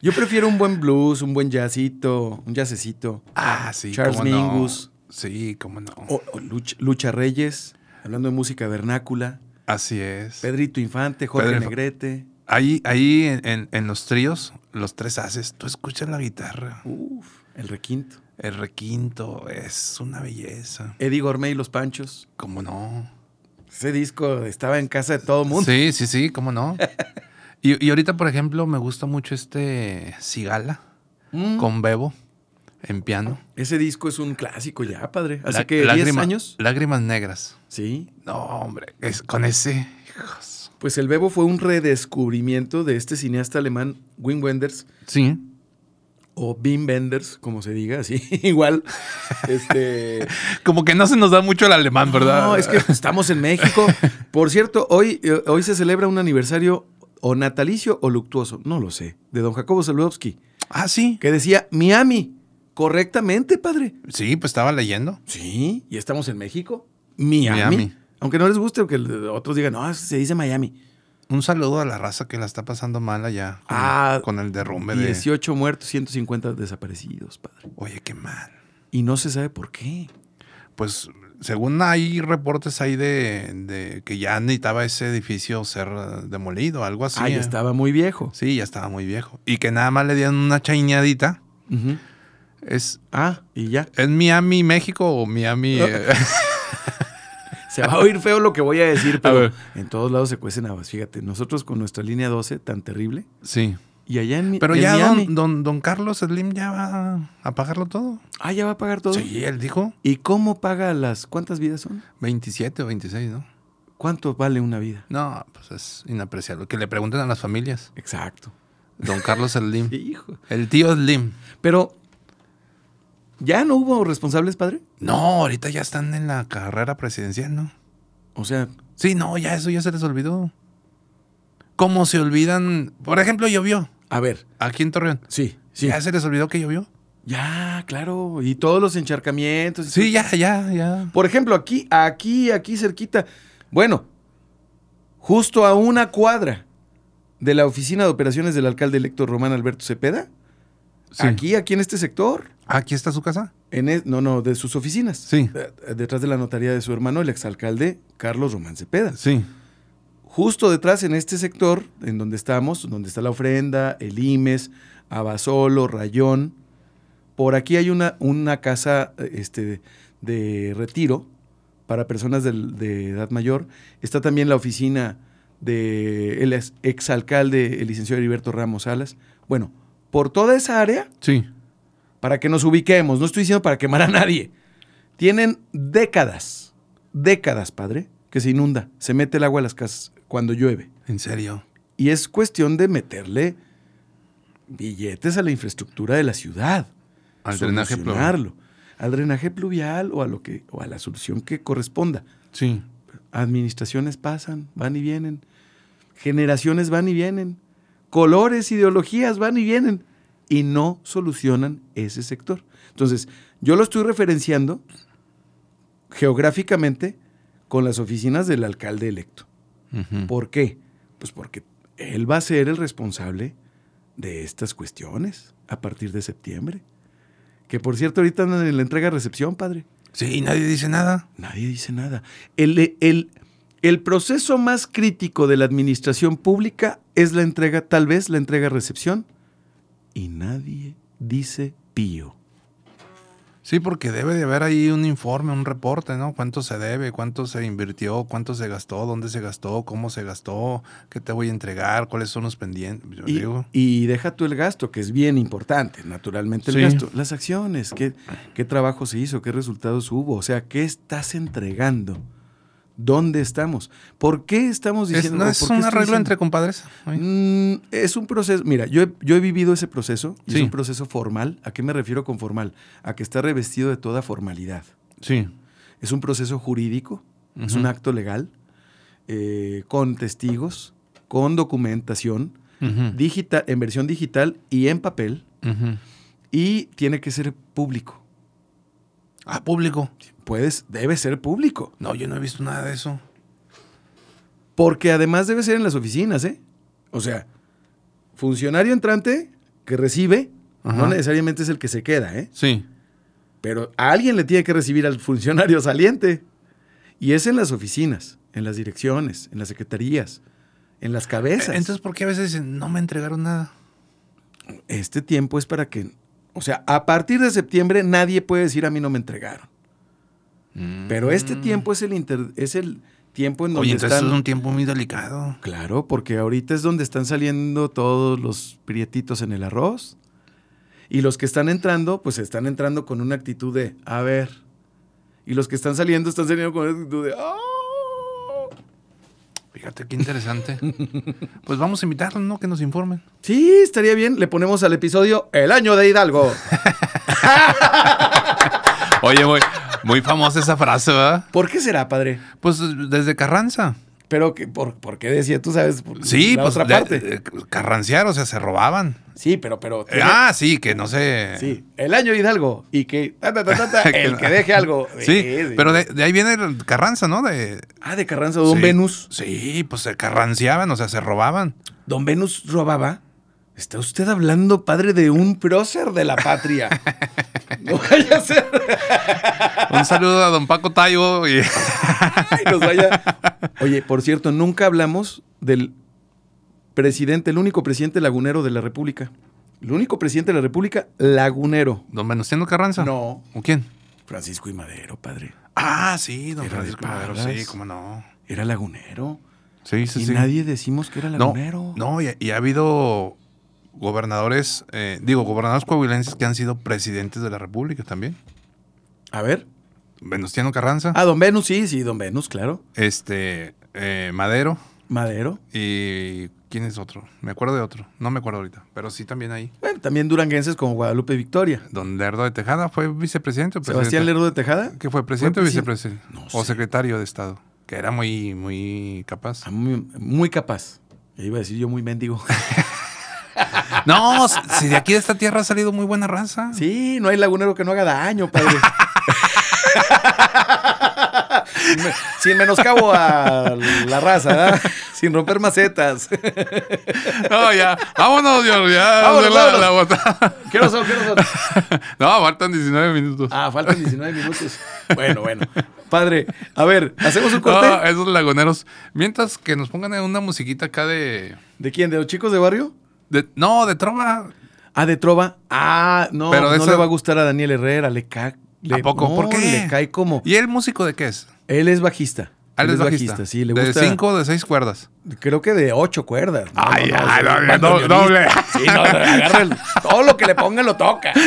Speaker 1: Yo prefiero un buen blues, un buen jazzito, un jazzecito.
Speaker 2: Ah, sí.
Speaker 1: Charles
Speaker 2: cómo no.
Speaker 1: Mingus.
Speaker 2: Sí, cómo no.
Speaker 1: O, o Lucha, Lucha Reyes, hablando de música vernácula.
Speaker 2: Así es.
Speaker 1: Pedrito Infante, Jorge
Speaker 2: Pedro Infa-
Speaker 1: Negrete.
Speaker 2: Ahí, ahí en, en- en los tríos, los tres haces, tú escuchas la guitarra,
Speaker 1: Uf, el requinto.
Speaker 2: el requinto, es una belleza.
Speaker 1: Eddie Gourmet y los Panchos.
Speaker 2: ¿Cómo no?
Speaker 1: Ese disco estaba en casa de todo mundo.
Speaker 2: Sí, sí, sí, ¿cómo no? <laughs> Y, y ahorita, por ejemplo, me gusta mucho este Cigala
Speaker 1: Mm.
Speaker 2: con Bebo en piano.
Speaker 1: Ese disco es un clásico ya, padre. Así
Speaker 2: Lá-
Speaker 1: que 10
Speaker 2: lágrima-
Speaker 1: años.
Speaker 2: Lágrimas negras.
Speaker 1: Sí,
Speaker 2: No, hombre, es con ese. hijos.
Speaker 1: Pues el Bebo fue un redescubrimiento de este cineasta alemán Wim Wenders
Speaker 2: Sí.
Speaker 1: o Wim Wenders, como se diga, así <laughs> igual. Este,
Speaker 2: Como que no se nos da mucho el alemán, <laughs> ¿verdad?
Speaker 1: No, es que estamos en México. Por cierto, hoy, eh, hoy se celebra un aniversario o natalicio o luctuoso, no lo sé, de don Jacobo Zaludowski,
Speaker 2: Ah, sí.
Speaker 1: que decía Miami, correctamente, padre.
Speaker 2: Sí, pues estaba leyendo.
Speaker 1: Sí, y estamos en México, Miami.
Speaker 2: Miami.
Speaker 1: Aunque no les guste que otros digan, no, se dice Miami.
Speaker 2: Un saludo a la raza que la está pasando mal allá con,
Speaker 1: Ah,
Speaker 2: con el derrumbe de...
Speaker 1: 18 muertos, 150 desaparecidos, padre.
Speaker 2: Oye, qué mal.
Speaker 1: Y no se sabe por qué.
Speaker 2: Pues según hay reportes ahí de, de que ya necesitaba ese edificio ser eh, demolido, algo así.
Speaker 1: ah, ya
Speaker 2: eh.
Speaker 1: estaba muy viejo.
Speaker 2: Sí, ya estaba muy viejo. Y que nada más le dieron una chaiñadita.
Speaker 1: Ujú.
Speaker 2: Es,
Speaker 1: Ah, y ya.
Speaker 2: ¿Es Miami, México o Miami? eh?
Speaker 1: Se va a oír feo lo que voy a decir, pero
Speaker 2: ver.
Speaker 1: en todos lados se cuecen habas. Fíjate, nosotros con nuestra línea 12 tan terrible
Speaker 2: <laughs> sí.
Speaker 1: Y allá en, mi-
Speaker 2: Pero
Speaker 1: en
Speaker 2: ya
Speaker 1: Miami.
Speaker 2: don, don, don Carlos Slim ya va a pagarlo todo.
Speaker 1: Ah, ya va a pagar todo.
Speaker 2: Sí, él dijo
Speaker 1: ¿Y cómo paga las cuántas vidas son?
Speaker 2: 27 o 26, ¿no?
Speaker 1: ¿Cuánto vale una vida?
Speaker 2: No, pues es inapreciable. Que le pregunten a las familias.
Speaker 1: Exacto. <laughs>
Speaker 2: Don Carlos Slim.
Speaker 1: Hijo.
Speaker 2: El tío Slim.
Speaker 1: Pero ya no hubo responsables, padre?
Speaker 2: No, ahorita ya están en la carrera presidencial, ¿no?
Speaker 1: O sea,
Speaker 2: Sí, no, ya eso ya se les olvidó. ¿Cómo se olvidan? Por ejemplo, llovió
Speaker 1: a ver,
Speaker 2: aquí en Torreón.
Speaker 1: sí, sí.
Speaker 2: ¿Ya se les olvidó que llovió?
Speaker 1: Ya, claro, y todos los encharcamientos. y
Speaker 2: Sí, ya, ya, ya.
Speaker 1: Por ejemplo, aquí, aquí, aquí cerquita. Bueno, justo a una cuadra de la oficina de operaciones del alcalde electo Román Alberto Cepeda.
Speaker 2: Sí.
Speaker 1: Aquí, aquí en este sector.
Speaker 2: ¿Aquí está su casa?
Speaker 1: En e- no, no, de sus oficinas.
Speaker 2: Sí.
Speaker 1: Eh, Detrás de la notaría de su hermano, el exalcalde Carlos Román Cepeda.
Speaker 2: Sí.
Speaker 1: Justo detrás, en este sector, en donde estamos, donde está la ofrenda, el IMES, Abasolo, Rayón, por aquí hay una, una casa eh, este, de retiro para personas del- de, edad mayor. Está también la oficina del exalcalde, el licenciado Heriberto Ramos Salas. Bueno, por toda esa área
Speaker 2: Sí.
Speaker 1: para que nos ubiquemos, no estoy diciendo para quemar a nadie. Tienen décadas, décadas, padre, que se inunda, se mete el agua a las casas cuando llueve.
Speaker 2: ¿En serio?
Speaker 1: Y es cuestión de meterle billetes a la infraestructura de la ciudad.
Speaker 2: Al drenaje pluvial.
Speaker 1: solucionarlo, Al drenaje pluvial o a, lo que, o a la solución que corresponda.
Speaker 2: Sí.
Speaker 1: Administraciones pasan, van y vienen. Generaciones van y vienen. Colores, ideologías van y vienen. Y no solucionan ese sector. Entonces, yo lo estoy referenciando geográficamente con las oficinas del alcalde electo.
Speaker 2: Ujú.
Speaker 1: ¿Por qué? Pues porque él va a ser el responsable de estas cuestiones a partir de septiembre. Que por cierto, ahorita andan en la entrega-recepción, padre.
Speaker 2: Sí, nadie dice nada.
Speaker 1: Nadie dice nada. El, el- el proceso más crítico de la administración pública es la entrega, tal vez la entrega-recepción, y nadie dice pío.
Speaker 2: Sí, porque debe de haber ahí un informe, un reporte, ¿no? ¿Cuánto se debe? ¿Cuánto se invirtió? ¿Cuánto se gastó? ¿Dónde se gastó? ¿Cómo se gastó? ¿Qué te voy a entregar? ¿Cuáles son los pendientes? Yo
Speaker 1: Y,
Speaker 2: digo,
Speaker 1: y deja tú el gasto, que es bien importante, naturalmente el
Speaker 2: Sí.
Speaker 1: gasto. Las acciones, qué, qué trabajo se hizo, qué resultados hubo, o sea, qué estás entregando, dónde estamos, por qué estamos
Speaker 2: Es-
Speaker 1: diciendo...
Speaker 2: ¿No
Speaker 1: o
Speaker 2: es
Speaker 1: por qué
Speaker 2: un
Speaker 1: estoy
Speaker 2: arreglo
Speaker 1: diciendo-
Speaker 2: entre compadres? Ay.
Speaker 1: Mm, es un proceso, mira, yo he, yo he vivido ese proceso, y es
Speaker 2: Sí.
Speaker 1: un proceso formal. ¿A qué me refiero con formal? A que está revestido de toda formalidad.
Speaker 2: Sí.
Speaker 1: Es un proceso jurídico, es
Speaker 2: Ujú.
Speaker 1: un acto legal, eh, con testigos, con documentación,
Speaker 2: Ujú.
Speaker 1: digital, en versión digital y en papel,
Speaker 2: Ujú.
Speaker 1: y tiene que ser público.
Speaker 2: Ah, público.
Speaker 1: Puedes, debe ser público,
Speaker 2: No, yo no he visto nada de eso.
Speaker 1: porque además debe ser en las oficinas, ¿eh? O sea, funcionario entrante que recibe, no
Speaker 2: Ajá.
Speaker 1: necesariamente es el que se queda, ¿eh?
Speaker 2: Sí.
Speaker 1: Pero a alguien le tiene que recibir al funcionario saliente. Y es en las oficinas, en las direcciones, en las secretarías, en las cabezas.
Speaker 2: E, Entonces, ¿por qué a veces dicen, no me entregaron nada?
Speaker 1: este tiempo es para que, o sea, a partir de septiembre nadie puede decir a mí no me entregaron. Pero este tiempo es el inter- es el tiempo en donde
Speaker 2: Mm. Oye, entonces
Speaker 1: están-
Speaker 2: es un tiempo muy delicado.
Speaker 1: Claro, porque ahorita es donde están saliendo todos los prietitos en el arroz. Y los que están entrando, pues están entrando con una actitud de, a ver. Y los que están saliendo, están saliendo con una actitud de, "Ah".
Speaker 2: Fíjate qué <laughs> interesante. pues vamos a invitarlos, ¿no? Que nos informen.
Speaker 1: Sí, estaría bien. Le ponemos al episodio El año de Hidalgo.
Speaker 2: Oye, muy, muy famosa esa frase, ¿verdad?
Speaker 1: ¿Por qué será, padre?
Speaker 2: Pues desde Carranza.
Speaker 1: Pero, que, por, ¿por qué decía? Tú sabes, por
Speaker 2: Sí,
Speaker 1: la
Speaker 2: pues
Speaker 1: otra
Speaker 2: de-
Speaker 1: parte.
Speaker 2: eh, carranciar, o sea, se robaban.
Speaker 1: sí, pero, pero.
Speaker 2: Eh,
Speaker 1: tiene-
Speaker 2: ah, sí, que no sé.
Speaker 1: Sí, el año de Hidalgo. Y que, ta, ta, ta, ta, ta,
Speaker 2: <laughs> Que
Speaker 1: el
Speaker 2: no-
Speaker 1: que deje algo.
Speaker 2: <laughs> Sí, pero de, de ahí viene el Carranza, ¿no? De
Speaker 1: Ah, de Carranza, Don
Speaker 2: sí.
Speaker 1: Venus.
Speaker 2: Sí, pues se carranciaban, o sea, se robaban.
Speaker 1: Don Venus robaba. Está usted hablando, padre, de un prócer de la
Speaker 2: <laughs>
Speaker 1: patria. No vaya a ser.
Speaker 2: Un saludo a don Paco Tayo y <laughs>
Speaker 1: Ay, nos vaya. Oye, por cierto, nunca hablamos del presidente, el único presidente lagunero de la República. El único presidente de la República lagunero.
Speaker 2: don Venustiano Carranza.
Speaker 1: No.
Speaker 2: ¿O quién?
Speaker 1: Francisco y Madero, padre.
Speaker 2: Ah, sí, don
Speaker 1: Era de
Speaker 2: Francisco Madero, sí,
Speaker 1: Parras.
Speaker 2: cómo no.
Speaker 1: Era lagunero.
Speaker 2: Sí, sí,
Speaker 1: y
Speaker 2: sí.
Speaker 1: nadie decimos que era
Speaker 2: no,
Speaker 1: lagunero.
Speaker 2: no y, y ha habido gobernadores, eh, digo, gobernadores coahuilenses que han sido presidentes de la República también.
Speaker 1: A ver.
Speaker 2: Venustiano Carranza,
Speaker 1: Ah, don Venus, sí, sí, don Venus, claro.
Speaker 2: este, eh, Madero
Speaker 1: Madero.
Speaker 2: y ¿quién es otro? Me acuerdo de otro, no me acuerdo ahorita, pero sí también ahí.
Speaker 1: Bueno, también duranguenses como Guadalupe Victoria.
Speaker 2: Don Lerdo de Tejada fue vicepresidente. o
Speaker 1: Sebastián
Speaker 2: presidente?
Speaker 1: Lerdo de Tejada.
Speaker 2: que fue presidente o
Speaker 1: ¿Fue presidente?
Speaker 2: vicepresidente o secretario de Estado, que era muy muy capaz.
Speaker 1: Ah, Muy, muy capaz. Ya Iba a decir yo muy <laughs> mendigo.
Speaker 2: No, si de aquí de esta tierra ha salido muy buena raza.
Speaker 1: Sí, no hay lagunero que no haga daño, <laughs> padre. Me- Sin menoscabo a la raza, ¿verdad? sin romper macetas.
Speaker 2: <laughs> No, ya, vámonos, Dios, ya,
Speaker 1: Vámonos,
Speaker 2: de la-
Speaker 1: vámonos.
Speaker 2: la botada.
Speaker 1: ¿Qué no son? ¿Qué no son?
Speaker 2: <laughs> No, faltan 19 minutos.
Speaker 1: Ah, faltan 19 minutos. Bueno, bueno. Padre, a ver, ¿hacemos un corte?
Speaker 2: No, esos lagoneros. Mientras que nos pongan una musiquita acá de.
Speaker 1: ¿De quién? ¿De los chicos de barrio?
Speaker 2: de- no, de trova.
Speaker 1: Ah, de Trova. Ah, no,
Speaker 2: Pero de
Speaker 1: no
Speaker 2: esa-
Speaker 1: le va a gustar a Daniel Herrera, le cae.
Speaker 2: ¿A poco? ¿Por qué?
Speaker 1: Le cae como.
Speaker 2: ¿Y el músico de qué es?
Speaker 1: Él es bajista.
Speaker 2: Ah, él es
Speaker 1: sí, le
Speaker 2: de
Speaker 1: gusta.
Speaker 2: 5 o de 6 cuerdas.
Speaker 1: Creo que de ocho cuerdas. No,
Speaker 2: Ay,
Speaker 1: no, no,
Speaker 2: ay,
Speaker 1: es
Speaker 2: doble,
Speaker 1: bandoneonista.
Speaker 2: doble, doble.
Speaker 1: Sí, no, no, agarra el- todo lo que le ponga lo toca. <laughs>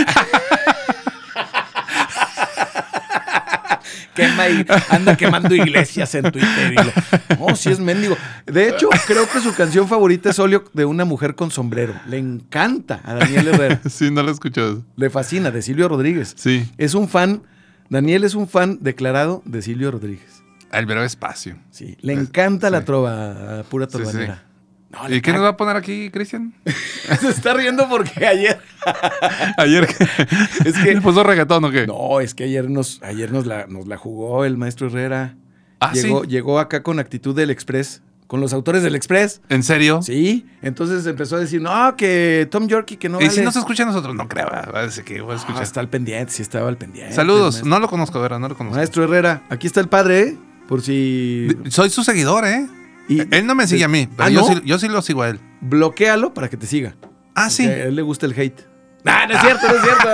Speaker 1: Quema ahí, anda quemando iglesias en Twitter. y lo- No, sí es mendigo. De hecho, creo que su canción favorita es Olio de una mujer con sombrero. Le encanta a Daniel Herrera.
Speaker 2: <laughs> Sí, no lo he escuchado.
Speaker 1: Le fascina, de Silvio Rodríguez.
Speaker 2: Sí.
Speaker 1: Es un fan, Daniel es un fan declarado de Silvio Rodríguez.
Speaker 2: Albero Espacio.
Speaker 1: Sí, le encanta la trova, a pura
Speaker 2: Eh, sí.
Speaker 1: trovanera. No, le
Speaker 2: ¿Y qué
Speaker 1: caga.
Speaker 2: nos va a poner aquí, Cristian?
Speaker 1: <laughs> Se está riendo porque ayer.
Speaker 2: <laughs> Ayer que.
Speaker 1: <laughs> Es que-
Speaker 2: <laughs> ¿Le puso reggaetón o qué?
Speaker 1: No, es que ayer nos, ayer nos la, nos la jugó el maestro Herrera.
Speaker 2: Ah,
Speaker 1: llegó,
Speaker 2: ¿sí?
Speaker 1: llegó acá con actitud del Express, con los autores del Express.
Speaker 2: ¿En serio?
Speaker 1: Sí, entonces empezó a decir, no, que Tom Yorkie, que no
Speaker 2: ¿Y
Speaker 1: vale.
Speaker 2: si no se escucha a nosotros? No creo. va a decir que voy a
Speaker 1: Ah,
Speaker 2: escuchar.
Speaker 1: está al pendiente, sí estaba al pendiente.
Speaker 2: Saludos.
Speaker 1: maestro.
Speaker 2: No lo conozco, ¿verdad? No lo conozco.
Speaker 1: Maestro Herrera, aquí está el padre, ¿eh? Por si...
Speaker 2: D- Soy su seguidor, ¿eh?
Speaker 1: y-
Speaker 2: Él no me sigue a mí, pero
Speaker 1: ¿Ah,
Speaker 2: yo,
Speaker 1: no?
Speaker 2: sí, yo sí lo sigo a él.
Speaker 1: Bloquéalo para que te siga.
Speaker 2: Ah, sí.
Speaker 1: Porque A él le gusta el hate. No, no es cierto, no es cierto.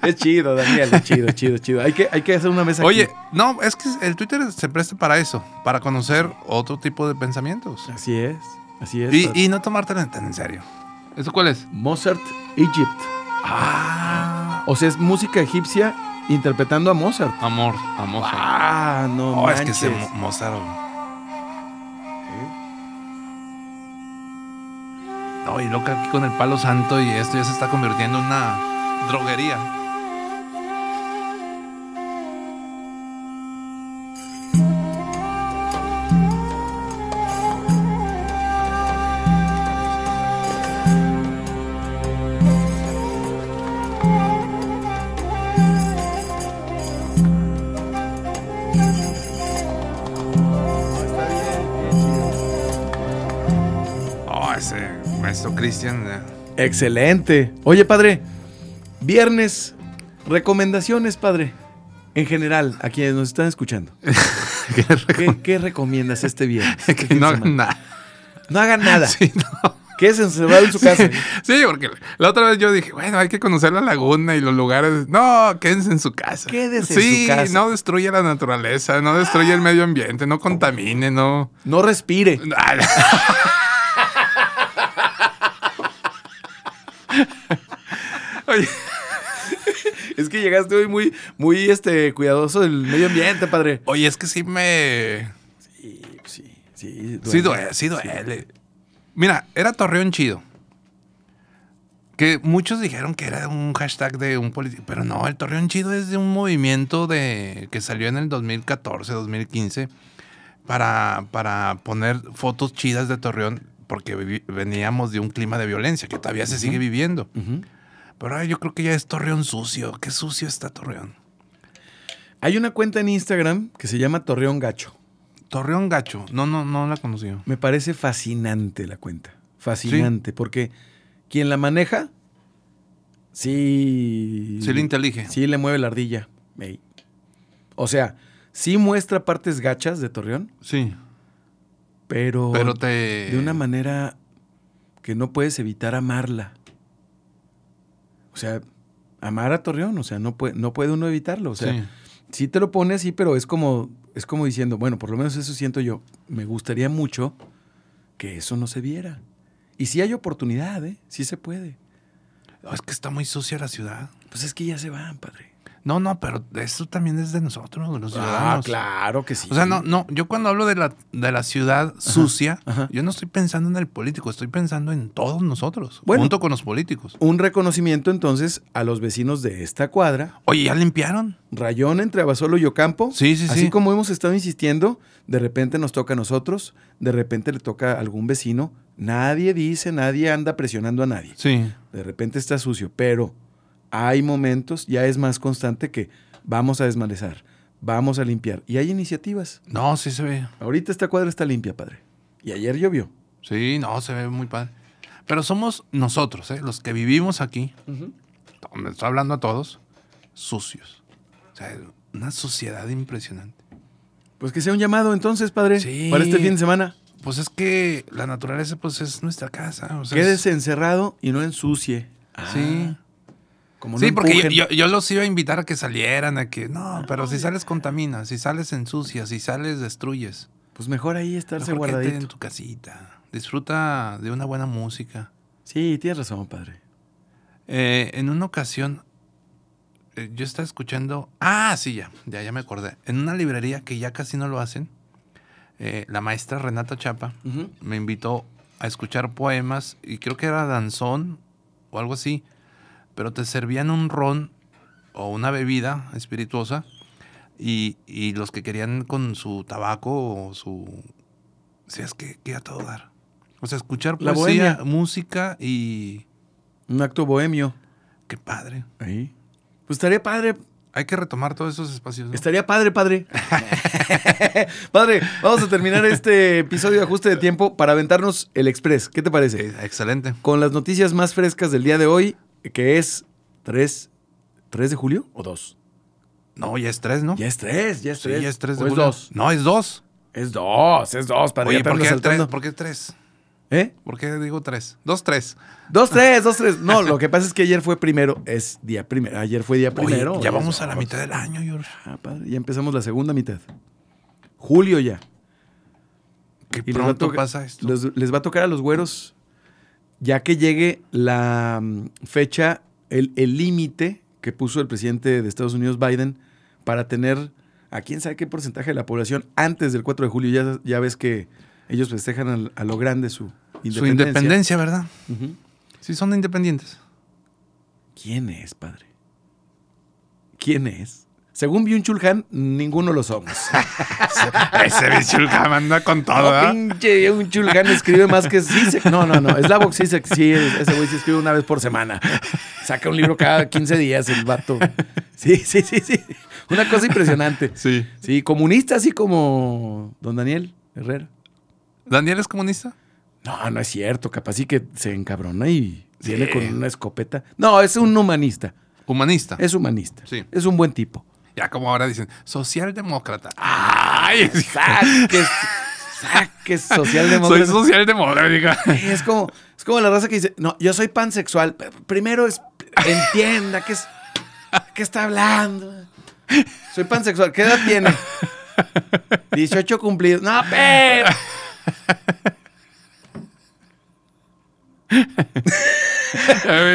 Speaker 1: <laughs> es chido, Daniel, es chido, es chido, es chido. Hay que, hay que hacer una mesa
Speaker 2: Oye,
Speaker 1: aquí.
Speaker 2: no, es que el Twitter se presta para eso, para conocer otro tipo de pensamientos.
Speaker 1: Así es, así es. padre.
Speaker 2: Y, y no tomártelo tan en serio. ¿Eso cuál es?
Speaker 1: Mozart Egypt.
Speaker 2: Ah,
Speaker 1: O sea, es música egipcia interpretando a Mozart.
Speaker 2: amor, amor.
Speaker 1: Ah, no
Speaker 2: Oh, es que
Speaker 1: manches.
Speaker 2: se mo- mozaron. No, y loca aquí con el palo santo y esto ya se está convirtiendo en una droguería. Oh, ese maestro Cristian. <laughs> eh.
Speaker 1: Excelente. Oye, padre, viernes, recomendaciones, padre. En general, a quienes nos están escuchando. ¿Qué, qué recomiendas este viernes? este
Speaker 2: <laughs> Que
Speaker 1: fin de
Speaker 2: no
Speaker 1: semana?
Speaker 2: hagan nada.
Speaker 1: No hagan nada.
Speaker 2: <laughs> Sí, no.
Speaker 1: Que es encerrado en su casa.
Speaker 2: Sí, porque la otra vez yo dije, bueno, hay que conocer la laguna y los lugares. No, quédense en su casa.
Speaker 1: Quédese en
Speaker 2: sí,
Speaker 1: su casa.
Speaker 2: no destruya la naturaleza, no destruya el medio ambiente, no contamine, no. <laughs>
Speaker 1: No respire.
Speaker 2: Ah, Oye,
Speaker 1: Es que llegaste hoy muy, muy este, cuidadoso del medio ambiente, padre.
Speaker 2: oye, es que sí me.
Speaker 1: Sí, sí, sí.
Speaker 2: Sí duele, sí duele. Mira, era Torreón Chido. Que muchos dijeron que era un hashtag de un político, pero no, el Torreón Chido es de un movimiento de que salió en el 2014, 2015 para, para poner fotos chidas de Torreón porque vivi- veníamos de un clima de violencia que todavía se sigue viviendo. Pero ahora yo creo que ya es Torreón sucio. Qué sucio está Torreón.
Speaker 1: Hay una cuenta en Instagram que se llama Torreón Gacho.
Speaker 2: Torreón gacho. No, no, no la conocí.
Speaker 1: Me parece fascinante la cuenta. Fascinante, porque quien la maneja, sí.
Speaker 2: Sí le intelige.
Speaker 1: Sí le mueve la ardilla. Ey. O sea, sí muestra partes gachas de Torreón,
Speaker 2: Sí.
Speaker 1: pero,
Speaker 2: Pero te...
Speaker 1: de una manera que no puedes evitar amarla. O sea, amar a Torreón, o sea, no puede, no puede uno evitarlo. O sea,
Speaker 2: Sí.
Speaker 1: sí te lo pone así, pero es como, es como diciendo, bueno, por lo menos eso siento yo. Me gustaría mucho que eso no se viera. Y sí hay oportunidad, ¿eh? Sí se puede.
Speaker 2: No, es que está muy sucia la ciudad.
Speaker 1: Pues es que ya se van, padre. Ah,
Speaker 2: No, no, pero eso también es de nosotros, de los ciudadanos.
Speaker 1: claro que sí.
Speaker 2: Pues O sea, no, no, yo cuando hablo de la, de la ciudad sucia,
Speaker 1: ajá.
Speaker 2: yo no estoy pensando en el político, estoy pensando en todos nosotros,
Speaker 1: Bueno.
Speaker 2: junto con los políticos.
Speaker 1: Un reconocimiento entonces a los vecinos de esta cuadra.
Speaker 2: Oye, ¿ya limpiaron?
Speaker 1: Rayón entre Abasolo y Ocampo.
Speaker 2: Sí, sí,
Speaker 1: Así
Speaker 2: sí.
Speaker 1: como hemos estado insistiendo, de repente nos toca a nosotros, de repente le toca a algún vecino. Nadie dice, nadie anda presionando a nadie.
Speaker 2: Sí.
Speaker 1: De repente está sucio, pero hay momentos, ya es más constante que vamos a desmalezar, vamos a limpiar. Y hay iniciativas.
Speaker 2: No, sí se ve.
Speaker 1: Ahorita esta cuadra está limpia, padre. Y ayer llovió.
Speaker 2: Sí, no, se ve muy padre. Pero somos nosotros, ¿eh? los que vivimos aquí, me estoy hablando a todos, sucios. O sea, una suciedad impresionante.
Speaker 1: Pues que sea un llamado entonces, padre,
Speaker 2: Sí.
Speaker 1: para este fin de semana.
Speaker 2: Pues es que la naturaleza pues es nuestra casa. o sea, es-
Speaker 1: Quédese encerrado y no ensucie. Ah,
Speaker 2: Sí.
Speaker 1: Como
Speaker 2: Ah. Sí,
Speaker 1: no
Speaker 2: porque yo,
Speaker 1: empujen. Ah,
Speaker 2: yo- yo los iba a invitar a que salieran, a que no, pero si sales contaminas, si sales ensucias, si sales destruyes.
Speaker 1: Pues mejor ahí estarse
Speaker 2: Mejor quédate en
Speaker 1: guardadito.
Speaker 2: tu casita. Disfruta de una buena música.
Speaker 1: Sí, tienes razón, padre.
Speaker 2: Eh, en una ocasión, eh, yo estaba escuchando. Ah, sí, ya, ya, ya me acordé. En una librería que ya casi no lo hacen, eh, la maestra Renata Chapa
Speaker 1: Ujú.
Speaker 2: me invitó a escuchar poemas y creo que era danzón o algo así, pero te servían un ron o una bebida espirituosa y, y los que querían con su tabaco o su... Si es que, que a todo dar. O sea, escuchar
Speaker 1: La
Speaker 2: poesía,
Speaker 1: bohemia.
Speaker 2: música y...
Speaker 1: Un acto bohemio.
Speaker 2: ¡Qué padre!
Speaker 1: Ahí. Pues estaría padre,
Speaker 2: Hay que retomar todos esos espacios. ¿no?
Speaker 1: Estaría padre, <laughs> padre. padre, vamos a terminar este episodio de ajuste de tiempo para aventarnos el Express. ¿Qué te parece?
Speaker 2: Eh, excelente.
Speaker 1: Con las noticias más frescas del día de hoy, que es 3, 3 de julio o 2.
Speaker 2: No, ya es tres, ¿no?
Speaker 1: Ya es 3, ya es
Speaker 2: Sí,
Speaker 1: 3.
Speaker 2: ya es tres
Speaker 1: ¿O
Speaker 2: de
Speaker 1: es
Speaker 2: julio.
Speaker 1: 2.
Speaker 2: No, es dos.
Speaker 1: Es 2, es 2, padre.
Speaker 2: Oye,
Speaker 1: ya te
Speaker 2: ¿por qué,
Speaker 1: ando
Speaker 2: el tres?
Speaker 1: saltando.
Speaker 2: ¿por qué tres?
Speaker 1: ¿Eh?
Speaker 2: ¿Por qué digo tres? Dos, tres.
Speaker 1: 2, 3, 2, 3. No, lo que pasa es que ayer fue primero. Es día primero. Ayer fue día
Speaker 2: Oye,
Speaker 1: primero.
Speaker 2: ya
Speaker 1: hoy es
Speaker 2: vamos a la
Speaker 1: dos.
Speaker 2: mitad del año, George.
Speaker 1: Ah, padre, ya empezamos la segunda mitad. Julio ya.
Speaker 2: Qué
Speaker 1: Y les va a
Speaker 2: pronto
Speaker 1: toca-
Speaker 2: pasa esto.
Speaker 1: los- les va a tocar a los güeros, ya que llegue la mm, fecha, el el límite que puso el presidente de Estados Unidos, Biden, para tener a quién sabe qué porcentaje de la población antes del 4 de julio. Ya, ya ves que ellos festejan al- a, lo grande su independencia.
Speaker 2: Su independencia, ¿verdad?
Speaker 1: Ujú.
Speaker 2: Sí, son independientes.
Speaker 1: ¿Quién es, padre? ¿Quién es? Según Byung-Chul Han, ninguno lo somos.
Speaker 2: <laughs> Ese Bichulcam anda con todo,
Speaker 1: No,
Speaker 2: Ah, ¿verdad?
Speaker 1: pinche, un chulgán escribe más que Zizek. No, no, no. Slavok Zizek, sí, ese güey se escribe una vez por semana. Saca un libro cada 15 días el vato. Sí, sí, sí, sí. Una cosa impresionante.
Speaker 2: Sí.
Speaker 1: Sí, comunista, así como don Daniel Herrera.
Speaker 2: ¿Daniel es comunista?
Speaker 1: No, no es cierto. Capaz sí que se encabrona y viene
Speaker 2: Sí.
Speaker 1: con una escopeta. No, es un humanista.
Speaker 2: Humanista.
Speaker 1: Es humanista.
Speaker 2: Sí.
Speaker 1: Es un buen
Speaker 2: <laughs>
Speaker 1: tipo.
Speaker 2: Ya como ahora dicen, <laughs> socialdemócrata.
Speaker 1: ¡Ay! Saques, saques socialdemócrata.
Speaker 2: Soy socialdemócrata.
Speaker 1: Sí, Es como, es como la raza que dice, no, yo soy pansexual. P- Primero es, entienda qué es, qué está hablando. Soy pansexual. ¿Qué edad tiene? 18 cumplidos. No,
Speaker 2: Eh.
Speaker 1: pero.
Speaker 2: <laughs>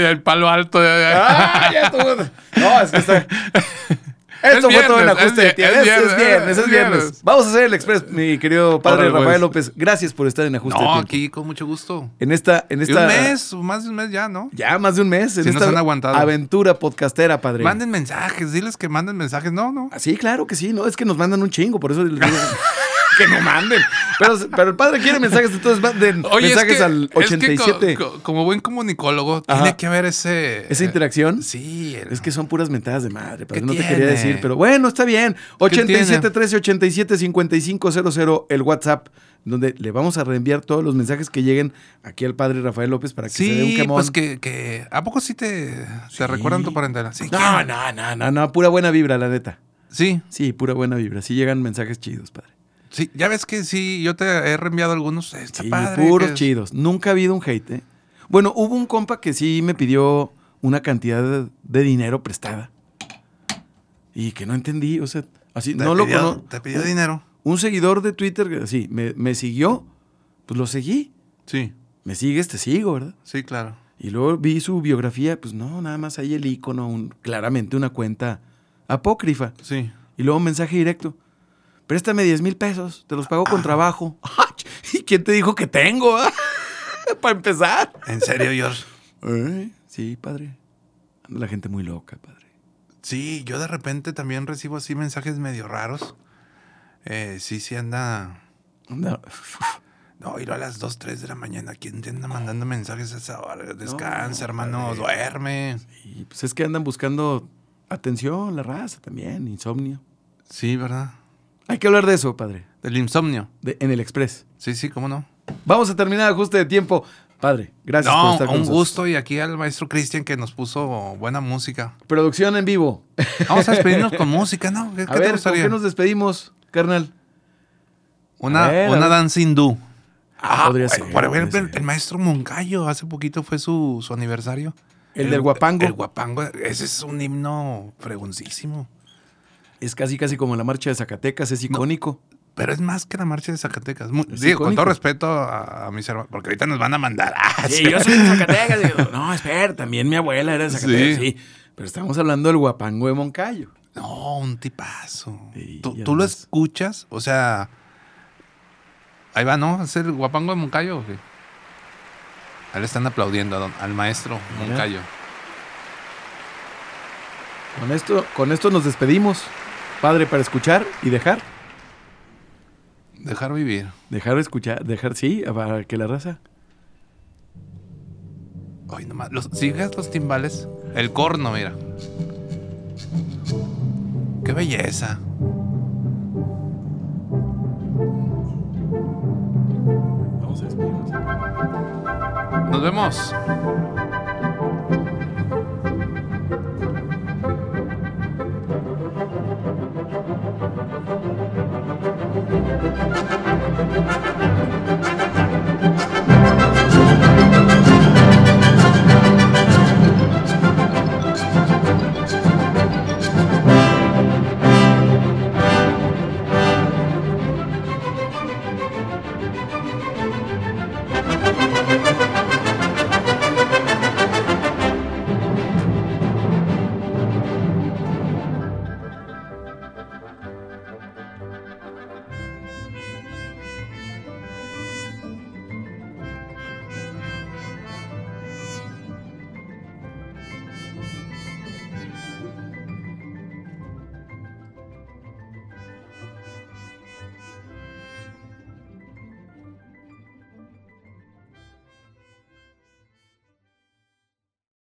Speaker 2: El palo alto.
Speaker 1: ¡Ah, ya estuvo! No, es que está. Esto fue todo en
Speaker 2: viernes,
Speaker 1: ajuste
Speaker 2: es
Speaker 1: de tiempo.
Speaker 2: vi- es
Speaker 1: Es, es
Speaker 2: viernes,
Speaker 1: viernes, es
Speaker 2: es
Speaker 1: viernes.
Speaker 2: viernes.
Speaker 1: Vamos a hacer el express, mi querido padre
Speaker 2: Órale,
Speaker 1: Rafael
Speaker 2: pues.
Speaker 1: López. Gracias por estar en ajuste
Speaker 2: No,
Speaker 1: de tiempo.
Speaker 2: aquí con mucho gusto.
Speaker 1: En esta, en
Speaker 2: Y
Speaker 1: esta.
Speaker 2: un mes, más de un mes ya, ¿no?
Speaker 1: Ya, más de un mes. En
Speaker 2: Sí nos
Speaker 1: esta
Speaker 2: han aguantado.
Speaker 1: Aventura podcastera, padre.
Speaker 2: Manden mensajes, diles que manden mensajes. No, no.
Speaker 1: Ah, Sí, claro que sí, no, es que nos mandan un chingo, por eso les
Speaker 2: <laughs>
Speaker 1: digo <laughs> que no manden. Pero, pero el padre quiere mensajes, entonces manden
Speaker 2: <laughs> Oye,
Speaker 1: mensajes
Speaker 2: es que,
Speaker 1: al
Speaker 2: es que
Speaker 1: 87.
Speaker 2: co- co- como buen comunicólogo,
Speaker 1: Ajá.
Speaker 2: tiene que haber ese. eh,
Speaker 1: ¿Esa interacción?
Speaker 2: Sí. el-
Speaker 1: es que son puras mentadas de madre, padre,
Speaker 2: ¿Qué
Speaker 1: no te
Speaker 2: tiene?
Speaker 1: quería decir, pero bueno, está bien.
Speaker 2: ¿Qué tiene?
Speaker 1: 87 13 87 55 00 el WhatsApp, donde le vamos a reenviar todos los mensajes que lleguen aquí al padre Rafael López para que se dé un
Speaker 2: Sí,
Speaker 1: quemón.
Speaker 2: pues que, que. ¿A poco sí te, te recuerdan tu parentela? Sí.
Speaker 1: No,
Speaker 2: ¿quién?
Speaker 1: no, no, no, no, pura buena vibra, la neta.
Speaker 2: Sí,
Speaker 1: Sí, pura buena vibra, sí llegan mensajes chidos, padre.
Speaker 2: sí. Ya ves que sí, yo te he reenviado algunos. eh, Está
Speaker 1: Sí,
Speaker 2: padre.
Speaker 1: puros
Speaker 2: que-
Speaker 1: chidos. Nunca ha habido un hate. ¿eh? Bueno, hubo un compa que sí me pidió una cantidad de, de dinero prestada. Y que no entendí, o sea, así,
Speaker 2: Te
Speaker 1: no lo
Speaker 2: pidió-
Speaker 1: conozco.
Speaker 2: Te pidió dinero.
Speaker 1: Un seguidor de Twitter, sí, me, me siguió, pues lo seguí.
Speaker 2: Sí.
Speaker 1: ¿Me sigues? Te sigo, ¿verdad?
Speaker 2: Sí, claro.
Speaker 1: Y luego vi su biografía, pues no, nada más ahí el icono, un, claramente una cuenta apócrifa.
Speaker 2: Sí.
Speaker 1: Y luego un mensaje directo. Préstame 10 mil pesos, te los pago con trabajo.
Speaker 2: Ah.
Speaker 1: <laughs> ¿Y quién te dijo que tengo? ah? <laughs> Para empezar.
Speaker 2: En serio, George.
Speaker 1: Eh, Sí, padre. Anda la gente muy loca, padre.
Speaker 2: Sí, yo de repente también recibo así mensajes medio raros. Eh, sí, sí anda.
Speaker 1: Anda.
Speaker 2: No, ir a las 2, 3 de la mañana. ¿Quién te anda mandando mensajes a esa hora? Descansa, hermano, duerme.
Speaker 1: <laughs> Y pues es que andan buscando atención, la raza también, insomnio.
Speaker 2: Sí, ¿verdad?
Speaker 1: Hay que hablar de eso, padre,
Speaker 2: Del insomnio.
Speaker 1: de- en el Express.
Speaker 2: Sí, sí, cómo no.
Speaker 1: Vamos a terminar ajuste de tiempo. Padre, gracias por
Speaker 2: No,
Speaker 1: estar con
Speaker 2: un
Speaker 1: nosotros.
Speaker 2: gusto. Y aquí al maestro Cristian que nos puso buena música.
Speaker 1: Producción en vivo.
Speaker 2: Vamos a despedirnos con música, <laughs> ¿no? ¿Qué,
Speaker 1: A
Speaker 2: qué te
Speaker 1: ver, ¿con
Speaker 2: gustaría?
Speaker 1: qué nos despedimos, carnal?
Speaker 2: Una,
Speaker 1: A ver, a
Speaker 2: una
Speaker 1: ver.
Speaker 2: danza hindú.
Speaker 1: podría
Speaker 2: Ay,
Speaker 1: ser,
Speaker 2: Ah, por
Speaker 1: podría
Speaker 2: ejemplo, el,
Speaker 1: ser.
Speaker 2: el maestro Moncayo, hace poquito fue su, su aniversario.
Speaker 1: El del guapango.
Speaker 2: El guapango, ese es un himno fregoncísimo.
Speaker 1: Es casi casi como la marcha de Zacatecas, es icónico.
Speaker 2: Pero es más que la marcha de Zacatecas. Mu-
Speaker 1: Es
Speaker 2: digo, con
Speaker 1: icónico.
Speaker 2: todo respeto a, a mis hermanos, porque ahorita nos van a mandar. <laughs> Ah,
Speaker 1: Sí,
Speaker 2: sí.
Speaker 1: yo soy de Zacatecas. <laughs> Digo, no, espera, también mi abuela era de Zacatecas, sí.
Speaker 2: Sí.
Speaker 1: Pero estamos hablando del guapango de Moncayo.
Speaker 2: No, un tipazo.
Speaker 1: Sí,
Speaker 2: tú
Speaker 1: y
Speaker 2: tú lo
Speaker 1: además-
Speaker 2: escuchas, o sea. Ahí va, ¿no? Es el guapango de Moncayo. ¿o qué? Ahí le están aplaudiendo a don- al maestro
Speaker 1: Mira.
Speaker 2: Moncayo.
Speaker 1: Con esto, con esto nos despedimos. Padre, para escuchar y dejar.
Speaker 2: Dejar vivir.
Speaker 1: Dejar escuchar, dejar, sí, para que la raza.
Speaker 2: Ay, nomás. Los, ¿Sigues los timbales? El corno, mira. Qué belleza.
Speaker 1: Vamos a despedirnos.
Speaker 2: Nos vemos.